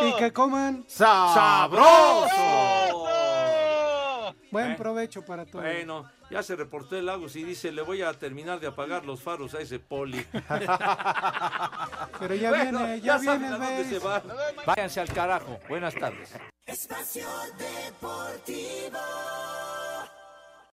Speaker 1: Y que coman.
Speaker 4: ¡Sabroso!
Speaker 1: Buen provecho para todos.
Speaker 4: Bueno, ya se reportó el Agus y dice, le voy a terminar de apagar los faros a ese poli.
Speaker 1: Pero ya
Speaker 4: Bueno,
Speaker 1: viene, ya,
Speaker 4: saben
Speaker 1: viene,
Speaker 4: a dónde
Speaker 1: güey.
Speaker 4: se van. Váyanse al carajo. Buenas tardes.
Speaker 25: Espacio Deportivo.